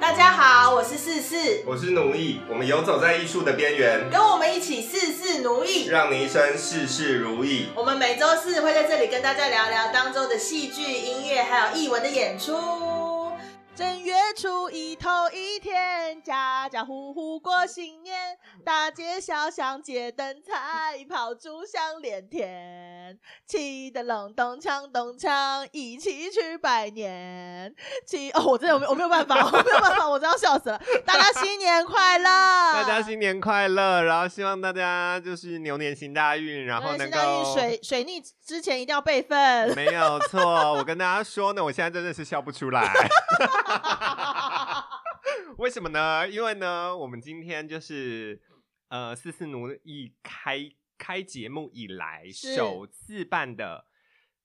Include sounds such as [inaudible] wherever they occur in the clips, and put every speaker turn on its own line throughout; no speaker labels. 大家好，我是四四，
我是奴役，我们游走在艺术的边缘，
跟我们一起事事奴役。
让你一生事事如意。
我们每周四会在这里跟大家聊聊当周的戏剧、音乐还有艺文的演出。正月初一头一天，家家户户过新年，大街小巷街灯彩，炮竹响连天，气得隆咚锵咚锵，一起去拜年。七哦，我真的我没我没有办法，我没有办法，我真的要笑死了。大家新年快乐！大
[laughs] 大家新年快乐！然后希望大家就是牛年行大运，然后
现
能
在
够。
水水逆之前一定要备份
没有错。我跟大家说呢，我现在真的是笑不出来，为什么呢？因为呢，我们今天就是呃四四奴役开开节目以来
是
首次办的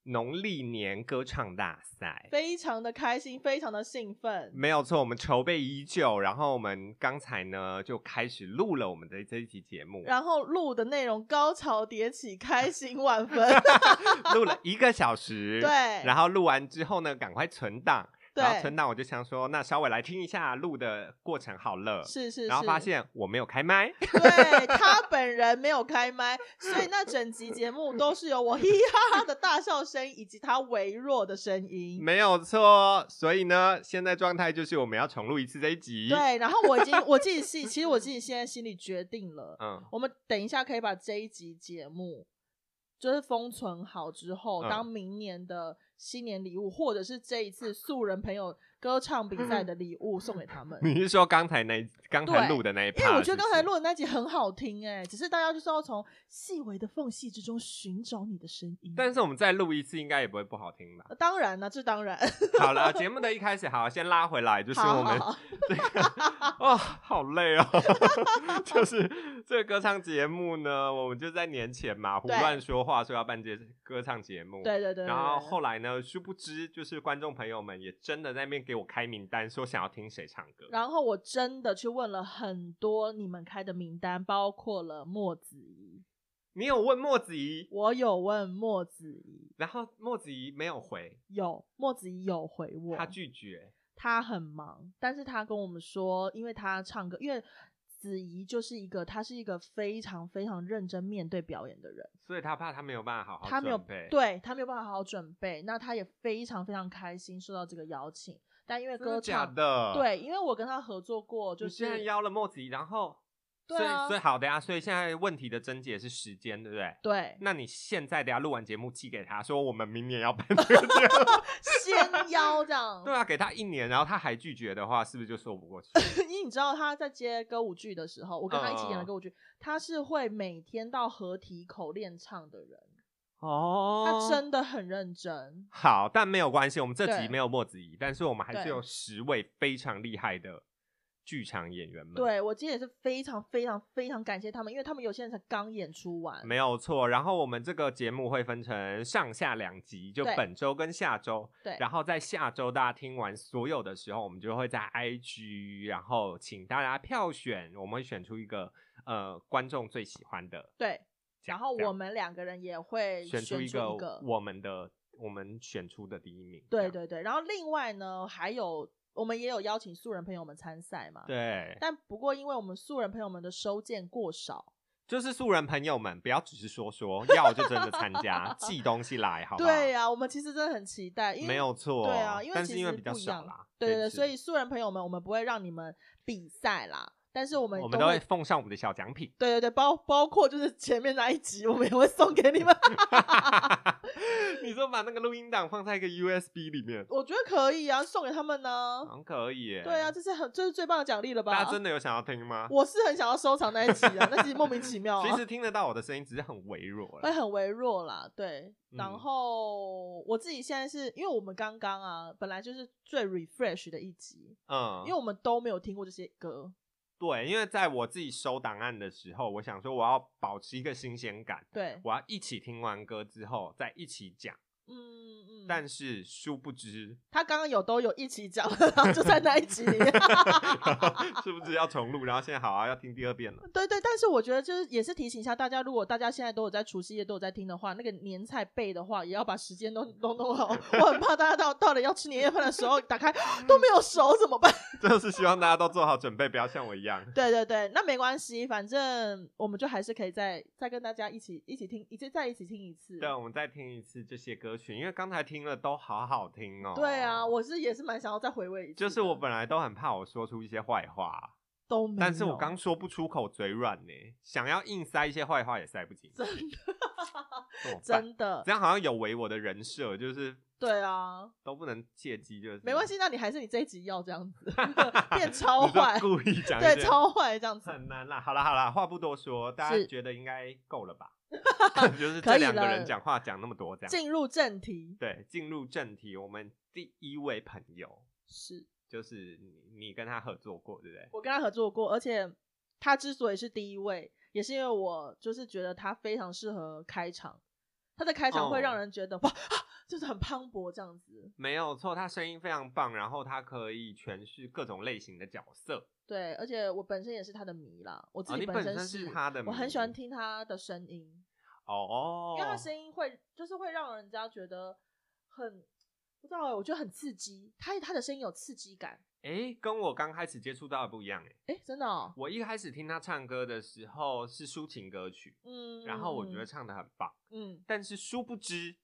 农历年歌唱大赛。
非常的开心，非常的兴奋，
没有错，我们筹备已久，然后我们刚才呢就开始录了我们的这一期节目，
然后录的内容高潮迭起，开心万分。
录了一个小时，
对
然后录完之后呢，赶快存档，然后
对
存，档我就想说，那稍微来听一下录的过程好了，
是是是，
然后发现我没有开麦，
对他本人没有开麦，所以那整集节目都是由我嘻哈哈的大笑声以及他微弱的声音。
没有错，所以呢，现在状态就是我们要重录一次这一集，，
对，然后我已经我自己是，其实我自己现在心里决定了，
嗯，
我们等一下可以把这一集节目就是封存好之后，
嗯
当明年的新年礼物，或者是这一次素人朋友歌唱比
嗯
赛的礼物送给他们。
你是说刚才那一刚才录的那一
因
趴？
为我觉得刚才
嗯是不是
录的那集很好听哎、只是大家就是要从细微的缝隙之中寻找你的声音。
但是我们再录一次，应该也不会不好听吧？
呃当然呢，这当然。
好
[laughs]
了，节目的一开始，好，先拉回来，就是我
好好
们
好，
这个 [laughs] 哦，好累哦， [laughs] 就是这个歌唱节目呢，我们就在年前嘛胡
对
乱说话，说要办这歌唱节目，
对对对对。
然后后
来
来呢，殊不知就是观众朋友们也真的在那边给我开名单，说想要听谁唱歌，
然后我真的去问了很多你们开的名单，包括了莫子仪，
你有问莫子怡，
我有问莫子仪，
然后莫子怡没有回，
有莫子仪有回我，
她拒绝，
他很忙，但是他跟我们说，因为他唱歌，因为子怡就是一个，他是一个非常非常认真面对表演的人，
所以她怕她没有办法好好
他没有
准备，
对他没有办法好好准备，那他也非常非常开心收到这个邀请，但因为
真的
歌
假
唱，
的，。
对，因为我跟他合作过，就
你
是
现在邀了莫子怡，然后，
对啊
所以所以好，等一下，所以现在问题的症结是时间，对不对？
对
那你现在等一下录完节目寄给他说，我们明年要办这个节目， [laughs]
先邀这样，
对啊，给他一年，然后他还拒绝的话，是不是就说不过去？
[laughs] 因为你知道他在接歌舞剧的时候，我跟他一起演
嗯嗯
的
嗯
歌舞剧，他是会每天到合体口练唱的人，
哦
他真的很认真，
好，但没有关系，我们这
对
集没有莫子仪，但是我们还
对
是有十位非常厉害的剧场演员们，，
对我今天也是非常非常非常感谢他们，因为他们有些人才刚演出完，
没有错。然后我们这个节目会分成上下两集，就
对
本周跟下周。
对，
然后在下周大家听完所有的时候，我们就会在 IG，然后请大家票选，我们会选出一个呃观众最喜欢的
对，
这样。
然后
这样
我们两个人也会
选
出
出
一
个我们的我们选出的第一名。
对
这样
对对，然后另外呢，还有我们也有邀请素人朋友们参赛嘛，，
对， [laughs]
但不过因为我们素人朋友们的收件过少，
就是素人朋友们，不要只是说说，要就真的参
[laughs]
加，寄东西来，好不好？
对呀、啊我们其实真的很期待，因为
没有错。
对啊，因为
但
其
是因为
实
比较
不一
少
样
啦。
对对
这
对，
一次
所以素人朋友们，我们不会让你们比赛啦，但是我们
我们都
都。
会奉上我们的小奖品
[laughs] 对对对，包包括就是前面那一集，我们也会送给你们。
你说把那个录音档放在一个 USB 里面，
我觉得可以啊，送给他们呢、
好像可以耶。
对啊，，这是很这是最棒的奖励了吧？
大家真
的，
的有想要听吗？
我是很想要收藏那一集啊，那集莫名其妙、啊，
其实听得到我的声音，只是很微弱
会
啦。
很微弱啦。对，然
嗯
后我自己现在是因为我们刚刚啊，本来就是最 refresh 的一集，
嗯，
因为我们都没有听过这些歌。
对，因为在我自己收档案的时候，我想说我要保持一个新鲜感，
对，
我要一起听完歌之后再一起讲。
嗯嗯，
但是殊不知， [laughs]
他刚刚有都有一起讲，然后就在那一集里面。
是不是要重录？然后现在好啊，要听第二遍了。
对对，但是我觉得就是也是提醒一下大家，如果大家现在都有在除夕夜都有在听的话，那个年菜背的话，也要把时间都都
[laughs]
弄好。我很怕大家到到了要吃年夜饭的时候，打开都没有熟怎么办？ [laughs]
就是希望大家都做好准备，不要像我一样。
对对对，那没关系，反正我们就还是可以再再跟大家一起一起听，一起再一起听一次。
对，我啊们再听一次这些歌曲，因为刚才听了都好好听哦。
对啊，我是也是蛮想要再回味一次的。
就是我本来都很怕我说出一些坏话，
都没有，
但是我刚说不出口，嘴软呢，想要硬塞一些坏话也塞不进去，
真
怎么办
真的
这样好像有违我的人设，就是
对啊，
都不能借机就是
没关，系，那你还是你这一集要这样子变超
[laughs] 你说
坏，
故意讲一些
对，超坏这样子。
很难啦。好啦好啦，话不多说，大家
是
觉得应该够了
[laughs]
吧？ [laughs] 就是
可
这
以
两个
了
人讲话讲那么 [laughs] 多，这样
进入正题
对，进入正题，我们第一位朋友
是
就是你，你跟他合作过，对不对？
我跟他合作过，而且他之所以是第一位，也是因为我就是觉得他非常适合开场，他的开场会
哦
让人觉得、哇、啊，就是很磅礴这样子。
没有错，他声音非常棒，然后他可以诠释各种类型的角色。
对，而且我本身也是他的迷啦，我自
哦你
己
本
身
身
是,、
是他的
我很喜欢
迷
听他的声音，
哦，
因为他声音会就是会让人家觉得很不知道欸，我觉得很刺激，他他的声音有刺激感，
哎，跟我刚开始接触到的不一样哎。
哎，真的、哦，
我一开始听他唱歌的时候是抒情歌曲，
嗯，
然后我觉得唱的很棒，
嗯，
但是殊不知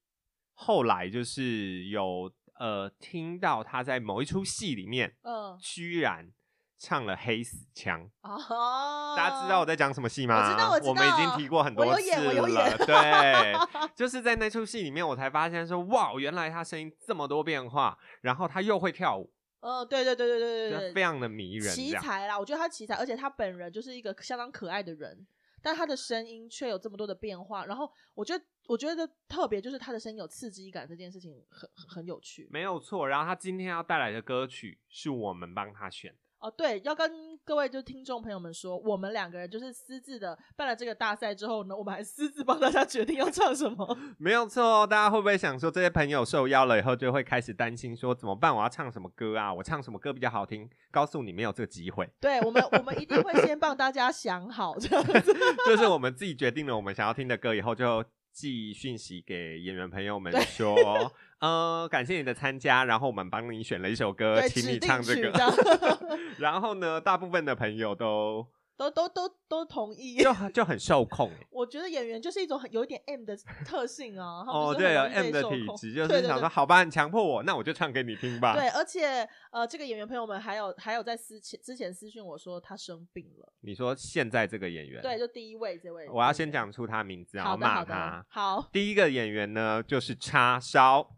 后来就是有呃听到他在某一出戏里面
嗯
居然唱了《黑死腔》。
啊，
大家知道我在讲什么戏吗？
我知道我知道
们已经提过很多
我有
次
演我有
了
演。 [laughs]
对，就是在那出戏里面，我才发现说，哇，原来他声音这么多变化，然后他又会跳舞，
嗯，对对对对对
就
对对，
非常的迷人。
奇
这样
才啦，我觉得他奇才，而且他本人就是一个相当可爱的人，但他的声音却有这么多的变化。然后我觉得，我觉得特别就是他的声音有刺激感这件事情很很很有趣
没有错。然后他今天要带来的歌曲是我们帮他选的，
哦。对，要跟各位就听众朋友们说，我们两个人就是私自的办了这个大赛之后呢，我们还私自帮大家决定要唱什么。
没有错哦。大家会不会想说，这些朋友受邀了以后，就会开始担心说，怎么办？我要唱什么歌啊？我唱什么歌比较好听？告诉你，没有这个机会， [laughs]
对我们，我们一定会先帮大家想好这样子。
就是我们自己决定了我们想要听的歌以后，就寄讯息给演员朋友们说， [laughs] 呃，感谢你的参加，然后我们帮你选了一首歌，
对
请
指
你
定
唱这
曲
个。 [laughs] 然后呢，大部分的朋友都
都都都都同意。
就就很受控。
我觉得演员就是一种很有一点 M 的特性啊。他们
哦，
就是
对
很
了
容易被
，M 的
受
体
控
质就
对
是
对
想
对
说，好吧，你强迫我，那我就唱给你听吧。
对，，而且呃，这个演员朋友们还有还有在私前之前私讯我说他生病了，
你说现在这个演员，
对，，就第一位这位，
我要先
这位
讲出他名字，然
好
后
的
骂
好的
他。
好，
第一个演员呢，就是叉烧。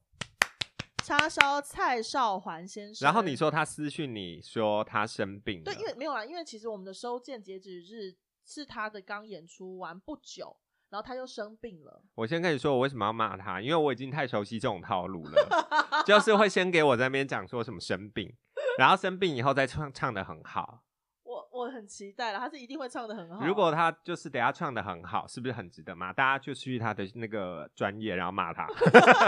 叉烧蔡少环先生。
然后你说他私讯你说他生病了，
对，因为没有啦，因为其实我们的收件截止日是他的刚演出完不久，然后他又生病了，
我先跟你说，我为什么要骂他，因为我已经太熟悉这种套路了，就是会先给我在那边讲说什么生病，然后生病以后再唱唱的很好。
我我很期待了，他是一定会唱的很好。啊
如果他就是等下唱的很好，是不是很值得骂？大家就去他的那个专业，然后骂他，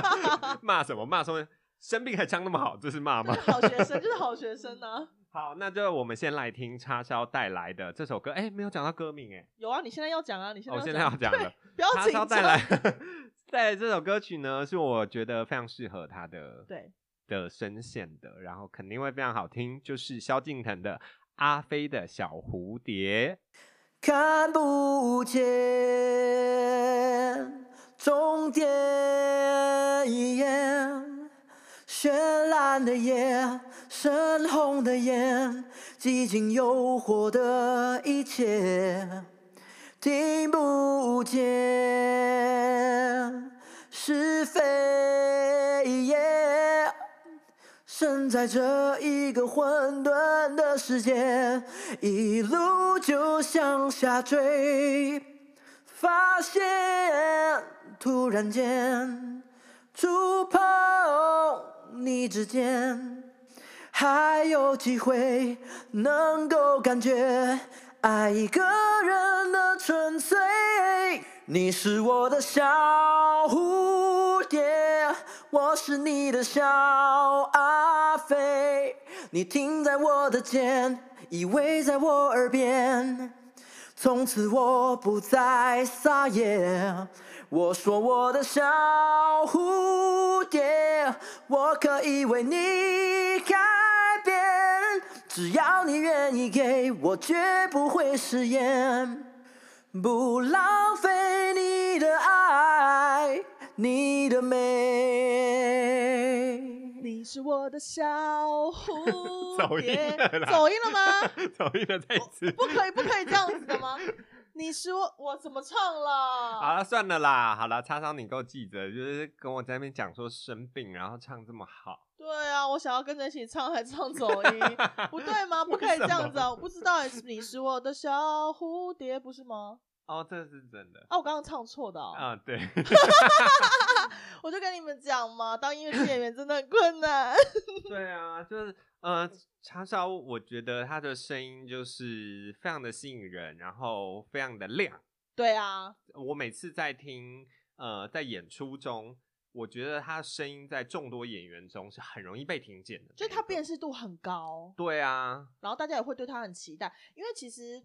[laughs] 骂什么？骂什么？生病还唱那么好，这是骂吗
对？好学生就是好学生啊呢、
[laughs] 好，那就我们先来听叉烧带来的这首歌。哎，没有讲到歌名哎，
有啊，你现在要讲啊，你现在
我
要
现在要讲
对 [laughs]
了。
不要
叉
紧
烧
张。
带来 [laughs] 带来这首歌曲呢，是我觉得非常适合他的
对
的声线的，然后肯定会非常好听，就是萧敬腾的《阿飞的小蝴蝶 [laughs]
看不见终点，绚烂的夜，深红的眼，寂静诱惑的一切，听不见是非。身在这一个混沌的世界，一路就向下坠，发现突然间触碰你指尖，还有机会能够感觉爱一个人的纯粹。你是我的小蝴蝶，我是你的小阿飞，你停在我的肩，依偎在我耳边。从此我不再撒野。我说我的小蝴蝶，我可以为你改变，只要你愿意给我，绝不会食言。不浪费你的爱，你的美。
你是我的小
[laughs] 走
蝴
音
蝶，
了啦
走音了吗？
走音了，再一次。
不可以，不可以这样子的吗？ [laughs] 你是我，我怎么唱
好
了？
了，算了啦，好了，叉烧你够记着，就是跟我在那边讲说生病，然后唱这么好，
对啊，我想要跟着一起唱，还唱走
[laughs]
音，不对吗？不可以这样子啊！我不知道你是你是我的小蝴蝶，不是吗？
哦，这是真的
啊，我刚刚唱错的、啊，
啊，对，
我就跟你们讲嘛，当音乐剧演员真的很困难。 [laughs]
对啊，就是呃，叉烧，我觉得他的声音就是非常的吸引人，然后非常的亮。
对啊，
我每次在听呃，在演出中，我觉得他声音在众多演员中是很容易被听见的，
就是他辨。识度很高，
对啊，
然后大家也会对他很期待，因为其实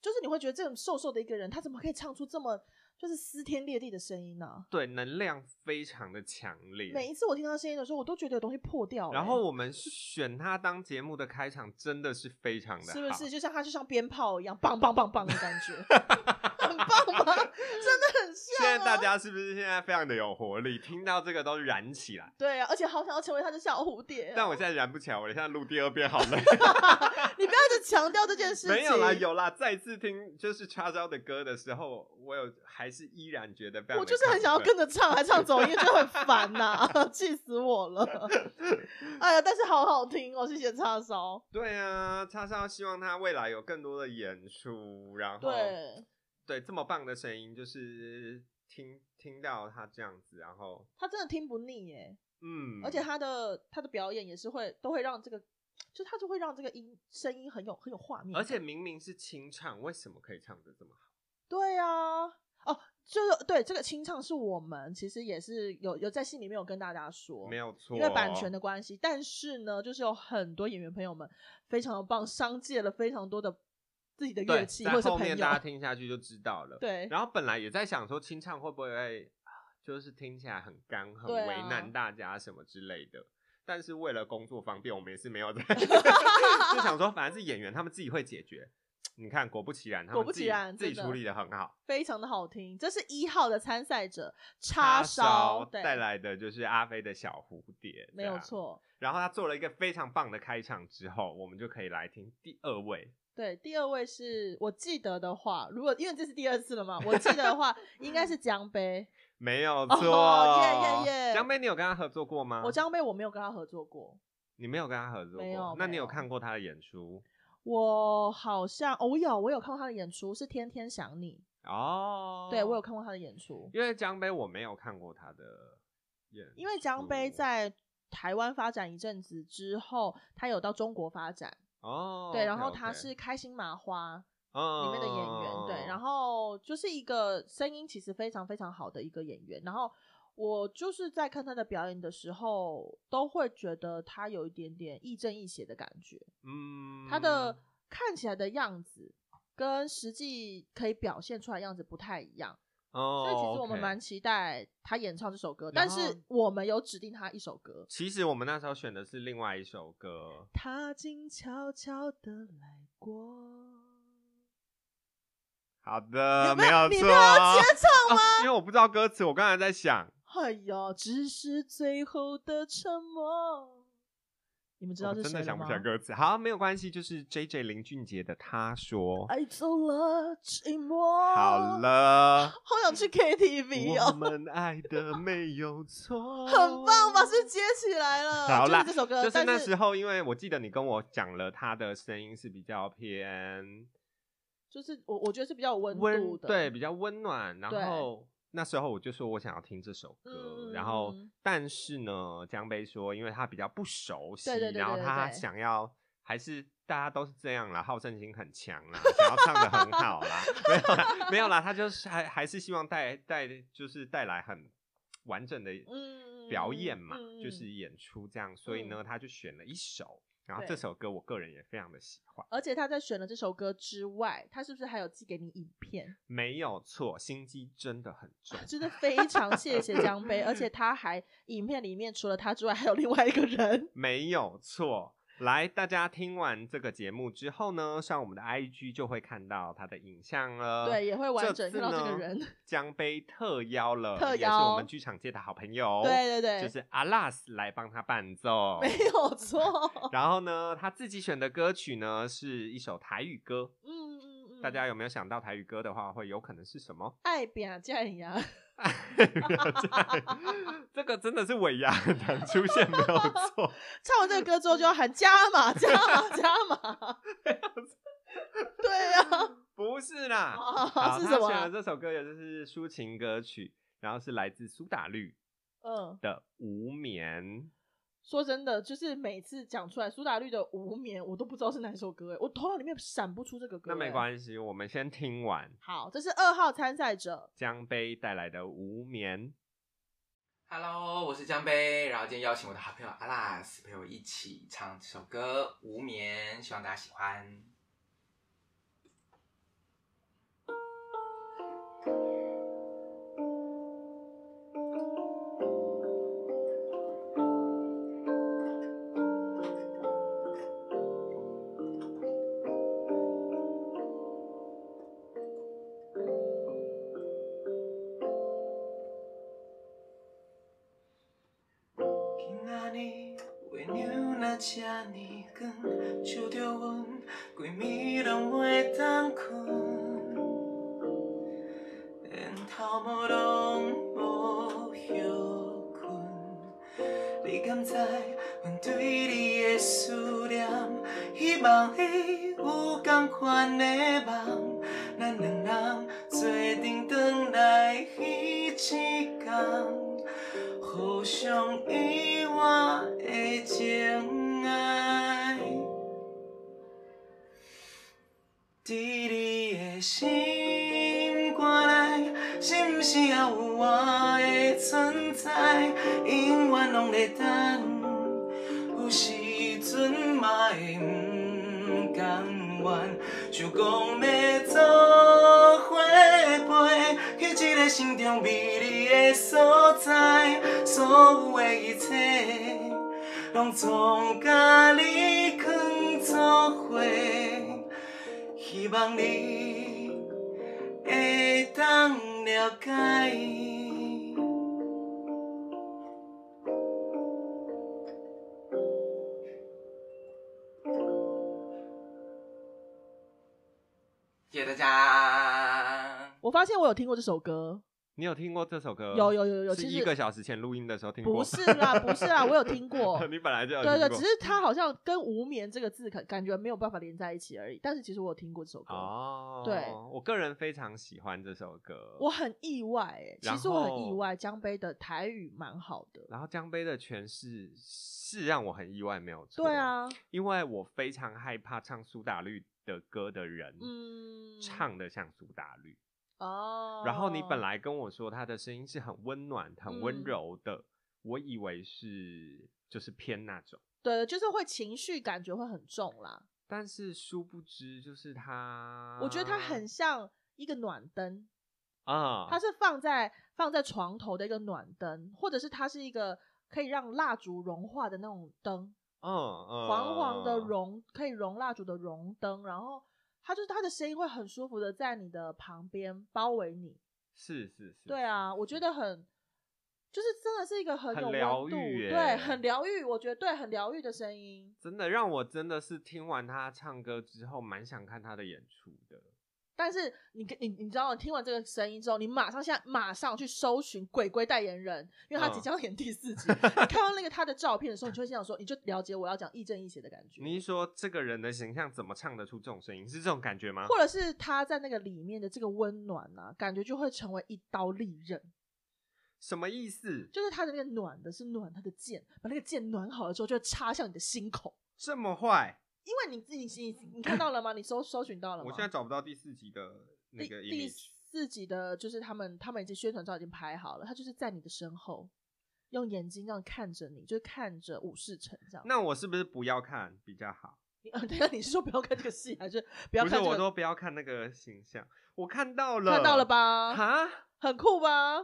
就是你会觉得这种瘦瘦的一个人，他怎么可以唱出这么就是撕天裂地的声音呢、
对，能量非常的强烈。
每一次我听到声音的时候，我都觉得有东西破掉了欸、
然后我们选他当节目的开场，真的是非常的好，
是不是就像他就像鞭炮一样，棒棒棒棒的感
[laughs]
觉，很棒吗？真的很
现
像、
在
啊。
大家是不是现在非常的有活力？听到这个都燃起来。
对啊，而且好想要成为他的小蝴蝶哦、
但我现在燃不起来，我现在录第二遍好累。
你不要一直强调这件事
[laughs]
情。
没有啦，。有啦。再次听就是叉烧的歌的时候，我有还是依然觉得非常地亢奋。
我就是很想要跟着唱，还唱走音，就很烦呐、 [laughs] 气死我
[laughs]
了！哎呀，但是好好听哦，谢谢叉烧。
对啊，叉烧希望他未来有更多的演出，然后
对，
对这么棒的声音，就是听听到他这样子，然后
他真的听不腻耶，
嗯，
而且他的他的表演也是会都会让这个，就他就会让这个音声音很有很有画面感，
而且明明是清唱，为什么可以唱的这么好？
对啊，哦，就是对这个清唱是我们其实也是有有在戏里面有跟大家说，
没有错，
因为版权的关系，但是呢，就是有很多演员朋友们非常的棒，商借了非常多的自己的乐
对，
器
在
或者是
后
朋
面
友，
大家听下去就知道了。
对
然后本来也在想说清唱会不会啊就是听起来很干，很
对啊
为难大家什么之类的。但是为了工作方便，我们也是没
[laughs]
有在，就想说反正是演员他们自己会解决。你看，果不其然，他
果
们
不
自己
其然
自己
真的
处理的很好。
非常的好听。这是一号的参赛者
叉
烧，对，
带来啊的就是阿飞的小蝴蝶，
没
这
有
样。
错。
然后他做了一个非常棒的开场之后，我们就可以来听第二位
对，第二位是我记得的话，如果因为这是第二次了嘛，我记得
[laughs]
的话应该是江杯。
没有
哦
错，
耶耶耶
江妹，你有跟他合作过吗？
我江杯我没有跟他合作过，
你没有跟他合作过，
没有
那你
没有
有看过他的演出
我好像哦，我有我有看过他的演出，是《天天想你》
哦？
对我有，看过他的演出，
因为江杯我没有看过他的演出，
因为江
哦
杯在台湾发展一阵子之后，他有到中国发展，
哦，
对，然
OK，
后他
OK
是《开心麻花》
嗯
里面的演员，对，然后就是一个声音其实非常非常好的一个演员，然后。我就是在看他的表演的时候，都会觉得他有一点点亦正亦邪的感觉。
嗯，
他的看起来的样子跟实际可以表现出来的样子不太一样，
哦，
所以其实我们
OK
蛮期待他演唱这首歌，
然
但
后
是我们有指定他一首歌。
其实我们那时候选的是另外一首歌，
他静悄悄的来过，
好的，
有
呃没
有，
有
你
错
没有要接唱吗？
啊因为我不知道歌词，我刚才在想，
哎呦，只是最后的沉默。你们知道
我
是
真
谁
的
了
想不
吗
起？来歌词。好，没有关系，就是 J J 林俊杰的《他说》。
爱走了，寂寞。
好，了，
好想去 KTV
我
哦，
们爱的没有错，
[laughs] 很棒吧？是接起来了，
好啦
就是这首歌，
就是
但
那时候，因为我记得你跟我讲了，他的声音是比较偏
就是我我觉得是比较有温度
温，
的，
对，比较温暖，然
对
后那时候我就说我想要听这首歌，
嗯
然后
嗯
但是呢，江杯说因为他比较不熟悉，
对对对
然后
对对
他
对
想要还是大家都是这样啦，好胜心很强啦，想要唱的很好啦，没有啦没有啦，他就是还还是希望带带就是带来很完整的
嗯
表演嘛，
嗯嗯嗯
就是演出这样，所以呢，他就选了一首。然后这
对
首歌我个人也非常的喜欢，
而且他在选了这首歌之外，他是不是还有寄给你影片？
没有错，心机真的很重。
真的非
[laughs]
常谢谢江杯，而且他还影片里面除了他之外还有另外一个人，
没有错。来，大家听完这个节目之后呢，上我们的 IG 就会看到他的影像了。
对，也会完整
呃这次
看到这个
呢
人。
江杯特邀了，
[laughs] 特
也是
邀
我们剧场界的好朋友，
对对对，
哦就是哦阿拉斯来帮他伴奏。
没有错。
然后呢，他自己选的歌曲呢是一首台语歌。
嗯嗯嗯，
大家有没有想到台语歌的话，会有可能是什
[laughs]
么？
爱啊表见呀，
不要这样这个真的是尾牙很难出现，没有错。 [laughs]
唱完这个歌之后
嗯
就要喊加码加码加
[laughs]
码。对呀、
不是啦，
哦
好，
[laughs] 是
他
什么
选的
啊？
这首歌也就是抒情歌曲，然后是来自苏打绿
嗯，
的《无眠
说真的，就是每次讲出来苏打绿的《无眠》，我都不知道是哪首歌哎，我头脑里面闪不出这个》。歌。欸
那没关系，我们先听完
好，这是二号参赛者，
江杯带来的《无眠
Hello，我是江杯，然后今天邀请我的好朋友阿拉斯陪我一起唱这首歌《无眠》，希望大家喜欢。今仔日月亮若这呢光，照着阮，规暝拢袂当困。缘头毛拢无休困，你敢知阮对你的思念？希望你有同款的梦，咱两人做阵返来迄一天。互相依偎的情爱，在你的心肝内，是毋是也有我的存在？永远拢在等，有时阵嘛会不甘愿，想讲要做伙陪，去一个心中美丽的所在，所有的一切，拢总甲你囥做伙，希望你会当了解。谢谢大家。
我发现我有听过这首歌，》，
你有听过这首歌？
有有有有
呃是
其实
一个小时前录音的时候听过。
不是啦，不是啦，我有听过
[laughs] 。你本来就有
对
听
对，
过嗯
只是它好像跟“无眠”这个字感感觉没有办法连在一起而已。但是其实我有听过这首歌，
哦，
对
我个人非常喜欢这首歌。
我很意外哎、
然
其实我很
后
意外，江杯的台语蛮好的。
然后江杯的诠释是让我很意外，没有错。
对，啊，
因为我非常害怕唱苏打绿的歌的人，
嗯，
唱的像苏打绿。
哦。
然后你本来跟我说他的声音是很温暖、很温
嗯
柔的，我以为是就是偏那种，
对，就是会情绪感觉会很重啦。
但是殊不知就是他，
我觉得它很像一个暖灯，
啊，
它是放在放在床头的一个暖灯，或者是它是一个可以让蜡烛融化的那种灯，
嗯嗯
黄黄的
嗯
融可以融蜡烛的融灯，然后它就是它的声音会很舒服的在你的旁边包围你。
是是是，
对啊，我觉
得
得很，就是真的是一个很
很
有温
疗
度，
愈耶
对，很疗愈，我觉得对，很疗愈的声音。
真的让我真的是听完他唱歌之后，蛮想看他的演出的。
但是你跟你你知道，你听完这个声音之后，你马上现在马上去搜寻鬼鬼代言人，因为他即
嗯
将演第四集。你看到那个他的照片的时候，你就会心想说，你就了解我要讲亦正亦邪的感觉。
你是说这个人的形象怎么唱得出这种声音？是这种感觉吗？
或者是他在那个里面的这个温暖啊，感觉就会成为一刀利刃，
什么意思？
就是他的那个暖的是暖他的剑，把那个剑暖好了之后，就会插向你的心口。
这么坏？
因为你自己你你你看到了吗？你搜搜寻到了吗？
我现在找不到第四集的那个
嗯第第
image。
四集的，就是他们他们已经宣传照已经拍好了，他就是在你的身后，用眼睛这样看着你，就是看着武士城这样。
那我是不是不要看比较好？
你、 [laughs] 呃、等一下你是说不要看这个戏，还是不
不
要看、这
是，
个？
我都不要看那个形象。我看到了，
看到了？吧？
哈，
很酷吧？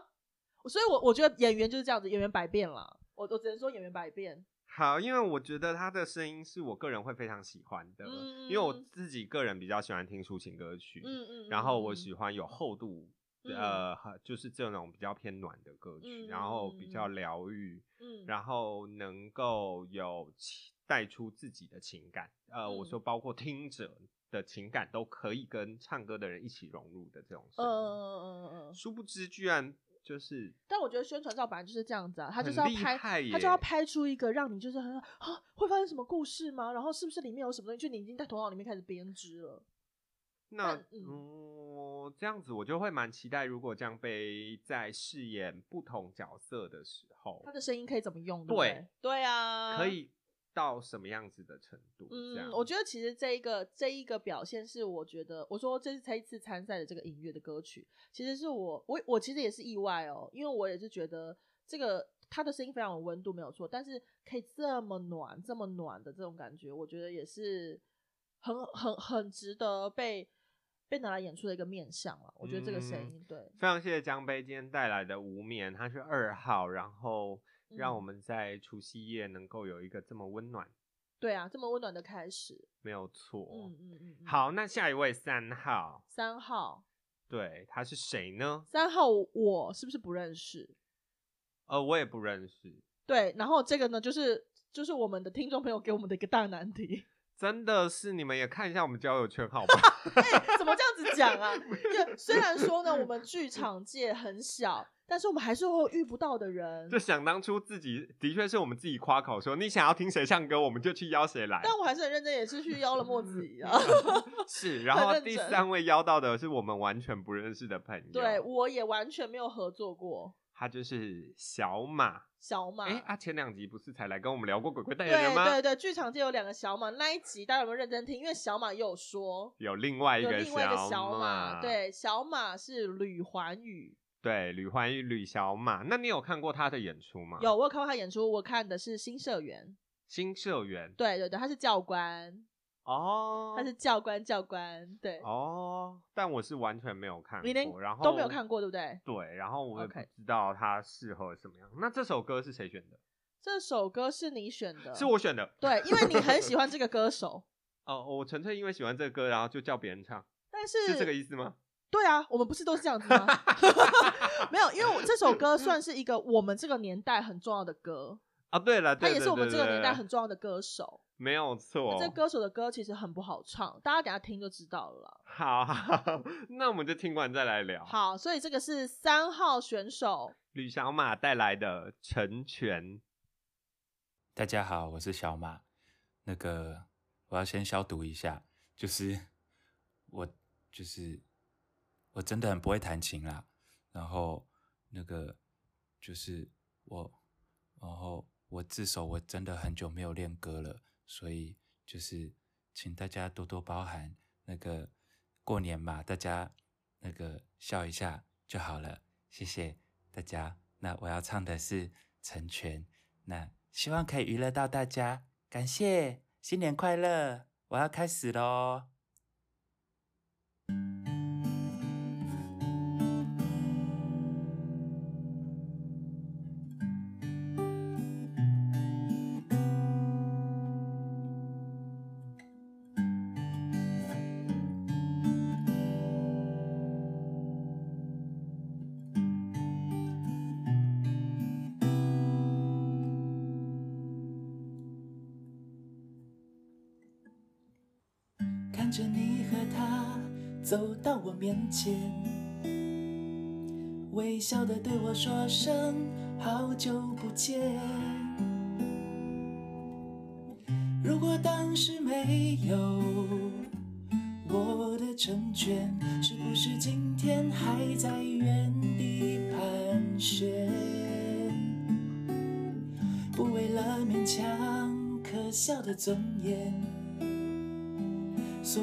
所以我我觉得演员就是这样子，演员百变啦。我我只能说演员百变。
好，因为我觉得他的声音是我个人会非常喜欢的，
嗯
因为我自己个人比较喜欢听抒情歌曲，
嗯嗯。
然后我
嗯
喜欢有厚度。
嗯
呃，就是这种比较偏暖的歌曲，
嗯
然后比较疗愈，
嗯，
然后能够有情带出自己的情感。呃，我
嗯
说包括听者的情感都可以跟唱歌的人一起融入的这种声
嗯
音。
嗯嗯嗯嗯。
殊不知居然就是
但我觉得宣传照本来就是这样子啊，他就是要
很厉
拍，
害耶
他就要拍出一个让你就是很啊，会发生什么故事吗？然后是不是里面有什么东西？就你已经在头脑里面开始编织了。
那
但嗯
嗯，这样子我就会蛮期待，如果江杯在饰演不同角色的时候
他，的声音可以怎么用？
对
对不对对啊，
可。以到什么样子的程度？这
嗯
样，，
我觉得其实这一个这一个表现是，我觉得我说这是这一次参赛的这个音乐的歌曲，其实是我我我其实也是意外哦，因为我也是觉得这个他的声音非常有温度，没有错，但是可以这么暖这么暖的这种感觉，我觉得也是很很很值得被被拿来演出的一个面向了。我觉得这个声
嗯
音、对，
非常谢谢江杯今天带来的无眠，它是二号，然后让我
嗯
们在除夕夜能够有一个这么温暖，
对啊，这么温暖的开始，
没有错。哦
嗯嗯嗯，嗯，
好，那下一位三号，
三号
对，他是谁呢？
三号我是不是不认识？
呃，我也不认识，
对，然后这个呢，就是就是我们的听众朋友给我们的一个大
[laughs]
难题。
真的是你们也看一下我们交友圈好不好？
哎、怎么这样子讲
[laughs]
啊？因为虽然说呢，我们剧场界很小，但是我们还是会有遇不到的人
就。想当初自己的确是我们自己夸口说，你想要听谁唱歌，我们就去邀谁
[laughs]
来。
但我还是很认真，也是去邀了莫子仪啊。
[laughs] 是，然
很
后
认
第
真
三位邀到的是我们完全不认识的朋友，
对，我也完全没有合作过
他就是小马。
小马。
哎、啊，前两集不是才来跟我们聊过鬼鬼代言人
对
吗？
对对，剧场界有两个小马，那一集大家有没有认真听？因为小马也有说，
有另外一
有
个
另外一个小
马，
对，小马是吕环宇，
对，吕欢玉、吕小马。那你有看过他的演出吗？
有我有看过他演出，我看的是新社员，
新社员
对对对，他是教官，
哦，
他是教官，教官，对，
哦，但我是完全没有看
你连
过，然后
都没有看过，对不对？
对，然后我也不
OK
知道他适合什么样。那这首歌是谁选的？
这首歌是你选的，
是我选的。
对，因为你很喜欢这个歌手，
哦，我纯粹因为喜欢这个歌，然后就叫别人唱，
但是
是这个意思吗？
[laughs] 对啊，我们不是都是这样子吗？ [laughs] 没有，因为我这首歌算是一个我们这个年代很重要的歌，
啊，对了，
他
对
也是我们这个年代很重
要，
要的歌手。
没有错。
那这歌手的歌其实很不好唱，大家等一下听就知道了啦。
好， [laughs] 好好那我们就听完再来聊。
好，所以这个是三号选手，
吕小马带来的《成全》，
大家好，我是小马。那个，我要先消毒一下，就是我就是我真的很不会弹琴啦。然后那个就是我，然后我自首，我真的很久没有练歌了，所以就是请大家多多包涵。那个过年嘛，大家那个笑一下就好了，谢谢大家。那我要唱的是《成全》。那希望可以娱乐到大家，感谢，新年快乐！我要开始喽。看着你和他
走到我面前，微笑的对我说声好久不见。如果当时没有我的成全，是不是今天还在原地盘旋？不为了勉强可笑的尊严，所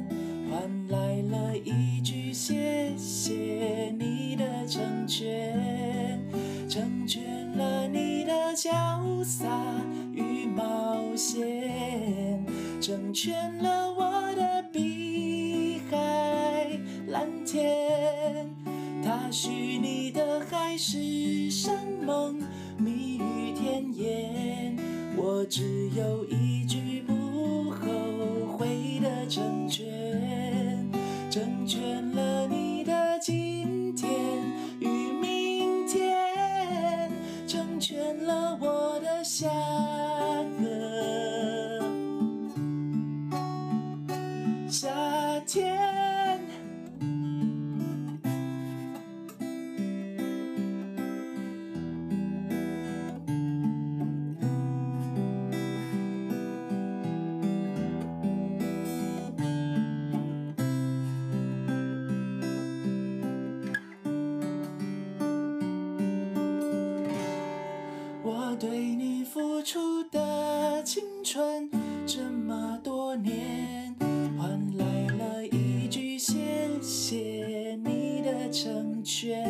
换来了一句谢谢你的成全，成全了你的潇洒与冒险，成全了我的碧海蓝天。他许你的海誓山盟。蜜语甜言，我只有一句不后悔的成全，成全了你的今天与明天，成全了我的下个夏天。我对你付出的青春这么多年，换来了一句谢谢你的成全，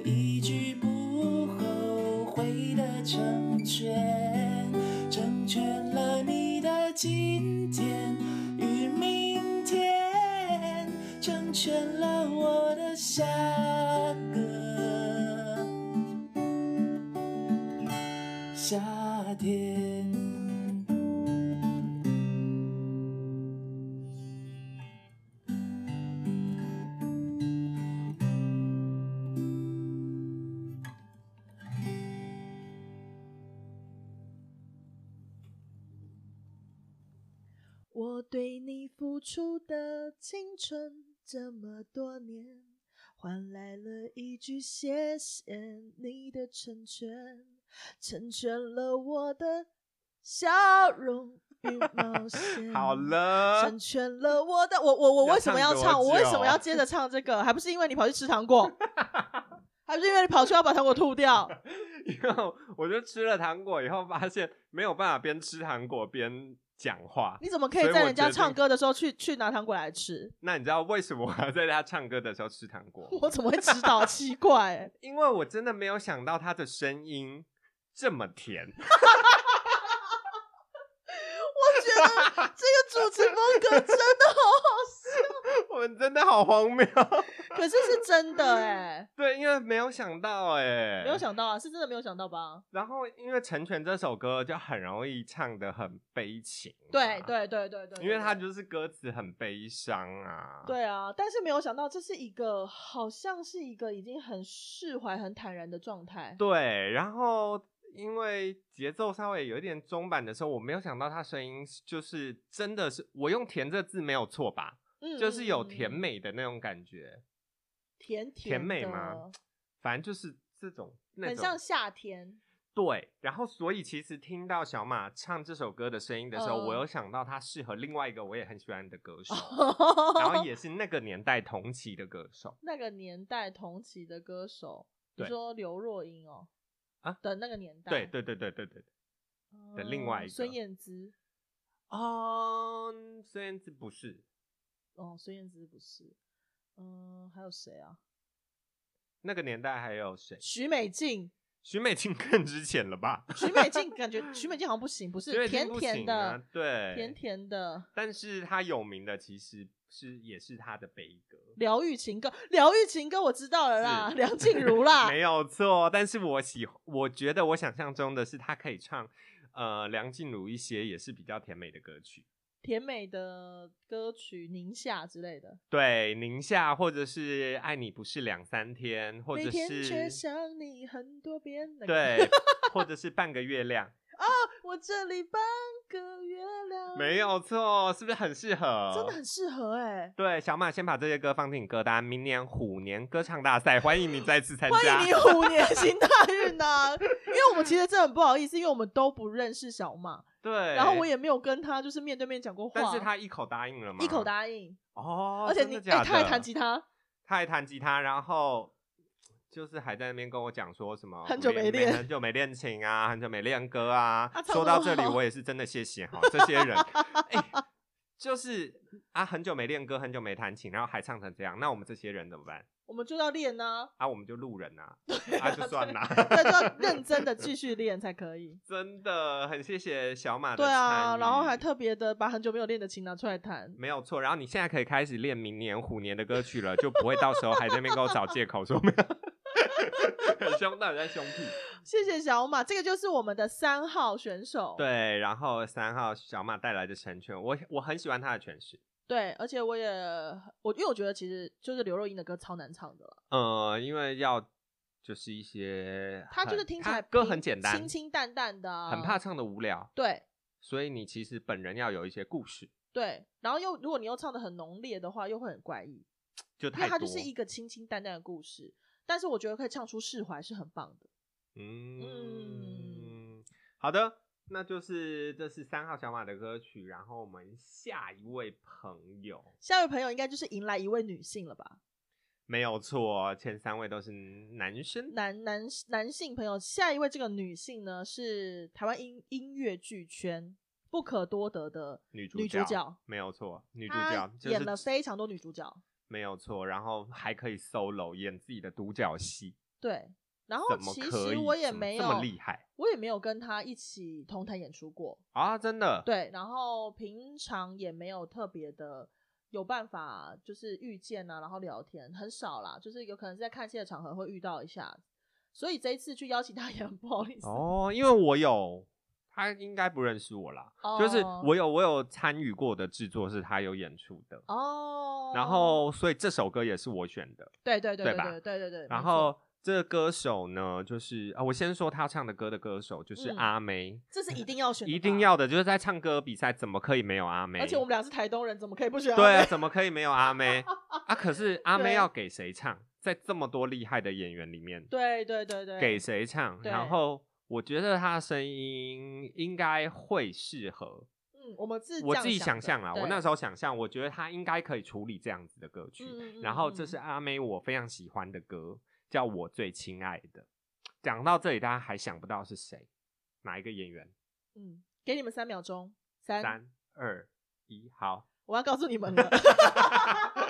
一句不后悔的成全，成全了你的今天与明天，成全了我的下个夏天。
我对你付出的青春这么多年，换来了一句谢谢你的成全，成全了我的笑容与冒险。
好。了
成，全了我的，我我我
要
为什么
唱哦
要
多
唱？我为
久
什么要接着唱这个？还不是因为你跑去吃
[laughs]
糖果，还不是因为你跑去要把糖果吐掉？
然后我就吃了糖果以后，发现没有办法边吃糖果边讲话。
你怎么可
所
以
以
在
我
人家
决
唱
定
歌的时候去去拿糖果来吃？ [laughs]
那你知道为什么我要在他唱歌的时候吃糖果？
我怎么会知道？奇怪、欸，
因为我真的没有想到他的声音这么甜。 [laughs]
我觉得这个主持风格真的好
我们真的好荒谬。
好笑，可是是真的哎、
对，因为没有想到哎、
没有。想到啊，是真的没有想到吧？
然后因为《成全》这首歌就很容易唱的很悲情、
对。对对对对，
啊因为
对
它
对
就是歌词很悲伤啊。。
对啊，但是没有想到这是一个好像是一个已经很释怀、很坦然的状态。
对，然后因为节奏稍微有一点中版的时候，我没有想到他声音是就是真的是，我用“甜”这字没有错吧？
嗯，
就是有
嗯
甜
嗯嗯
美的那种感觉，
甜
甜美
的
吗？反正就是这种那
很
种
像夏天。
对，然后所以其实听到小马唱这首歌的声音的时候，
嗯
我有想到他适合另外一个我也很喜欢的歌
[laughs]
手，然后也是那个年代同期的歌手
那个年代同期的歌手，你
对
说刘若英哦
啊
的那个年代，
对对对对对对。的另外
嗯
一个
孙燕姿。
哦，孙燕姿不是，
哦，孙燕姿不是，嗯，还有谁啊？
那个年代还有谁？
许美静，
许美静 [laughs] 更之前了吧？
许美静感觉许美静好像不行，不
许美静
是甜
不
甜
行
的，
啊对，
甜甜的
但是他有名的其实是也是他的悲歌，
疗愈情歌，疗愈情歌我知道了啦，
是
梁静茹
[laughs]
啦，
没有错。但是我喜，我觉得我想象中的是他可以唱，呃，梁静茹一些也是比较甜美的歌曲，
甜美的歌曲《宁夏》之类的，
对，宁夏或者是爱你不是两三天，或
每
者
天却
是
想你很多遍，那个
对，或者是半个月亮，
[laughs] 我这里半个月亮，
没有错，是不是很适合？
真的很适合
[laughs]
哎、
对，小马先把这些歌放进你歌单。明年虎年歌唱大赛，欢迎你再次参加。
欢迎你虎年行大运呐、 [laughs] 因为我们其实真的很不好意思，因为我们都不认识小马，
对，
然后我也没有跟他就是面对面讲过话，
但是他一口答应了吗？
一口答应，
哦，
而且
真
你
的
哎、
假的
他还弹吉他，
他还弹吉他，然后就是还在那边跟我讲说什么
很久没练
很久没练琴啊，很久没练歌啊。 [laughs]
啊唱
说
得
到
不
这里，
好
我也是真的谢谢哈这些
[laughs]
人，哎就是啊，很久没练歌，很久没弹琴，然后还唱成这样，那我们这些人怎么办？
我们就要练呐、
啊，我们就路人
[laughs]
呐、啊，就算啦。
那就要认真的继续练才可以。
[laughs] 真的很谢谢小马的
对啊，
参与
然后还特别的把很久没有练的琴拿出来弹，
没有错，然后你现在可以开始练明年虎年的歌曲了，就不会到时候还在那边给我找借口说没有， [laughs] 很凶，到底在凶屁？
谢谢小马，这个就是我们的三号选手。
对，然后三号小马带来的成全，我我很喜欢他的诠释，
对，而且我也我因为我觉得其实就是刘若英的歌超难唱的了，
呃，因为要就是一些
她就是
很
听起
她
来
歌
平
很简单，
清清淡淡的啊
很怕唱的无聊，
对
所以你其实本人要有一些故事，
对，然后又如果你又唱的很浓烈的话，又会很怪异，
就
因为
太
它
多，
就是一个清清淡淡的故事。但是我觉得可以唱出释怀是很棒的。
嗯，好的，那就是这是三号小马的歌曲，然后我们下一位朋友
下一位朋友应该就是迎来一位女性了吧？
没有错，前三位都是男生，
男男男性朋友，下一位这个女性呢是台湾音音乐剧圈不可多得的
女主
女主角，
没有错，女
女
主角就是
演了非常多女主角，
没有错，然后还可以 solo 演自己的独角戏，
对。然后
怎么
哦其
可
实
以
我也
怎么
没
这
有
么厉害
我也没有跟她一起同台演出过，
啊？真的，，
对。然后平常也没有特别的有办法，就是遇见啊，然后聊天很少啦，就是有可能是在看戏的场合会遇到一下。所以这一次去邀请她也很不好意思，
哦，因为我有。他应该不认识我啦
哦
就是我有我有参与过的制作是他有演出的
哦
然后所以这首歌也是我选的，
对对对
对
对
吧
对对对对，
然
没错
后这个歌手呢，就是啊，我先说他唱的歌的歌手就是
嗯
阿梅，
这是一定要选的吧，
一定要的，就是在唱歌比赛怎么可以没有阿梅？
而且我们俩是台东人，怎么可以不选？
对啊，，怎么可以没有阿梅啊？可是阿
对
梅要给谁唱？在这么多厉害的演员里面，
[laughs] 对对对对，
给谁唱？
对
然后我觉得他的声音应该会适合。
嗯，我们自
我自己想象
了
啦，，我那时
候，
候想象，我觉得他应该可以处理这样子的歌曲。
嗯
然后这是，阿妹我非常喜欢的歌，叫《我最亲爱的》。讲到这里，大家还想不到是谁，哪一个演员？
嗯嗯，嗯给你们三秒钟，三，
三二一，好，
我要告诉你们了。 [laughs]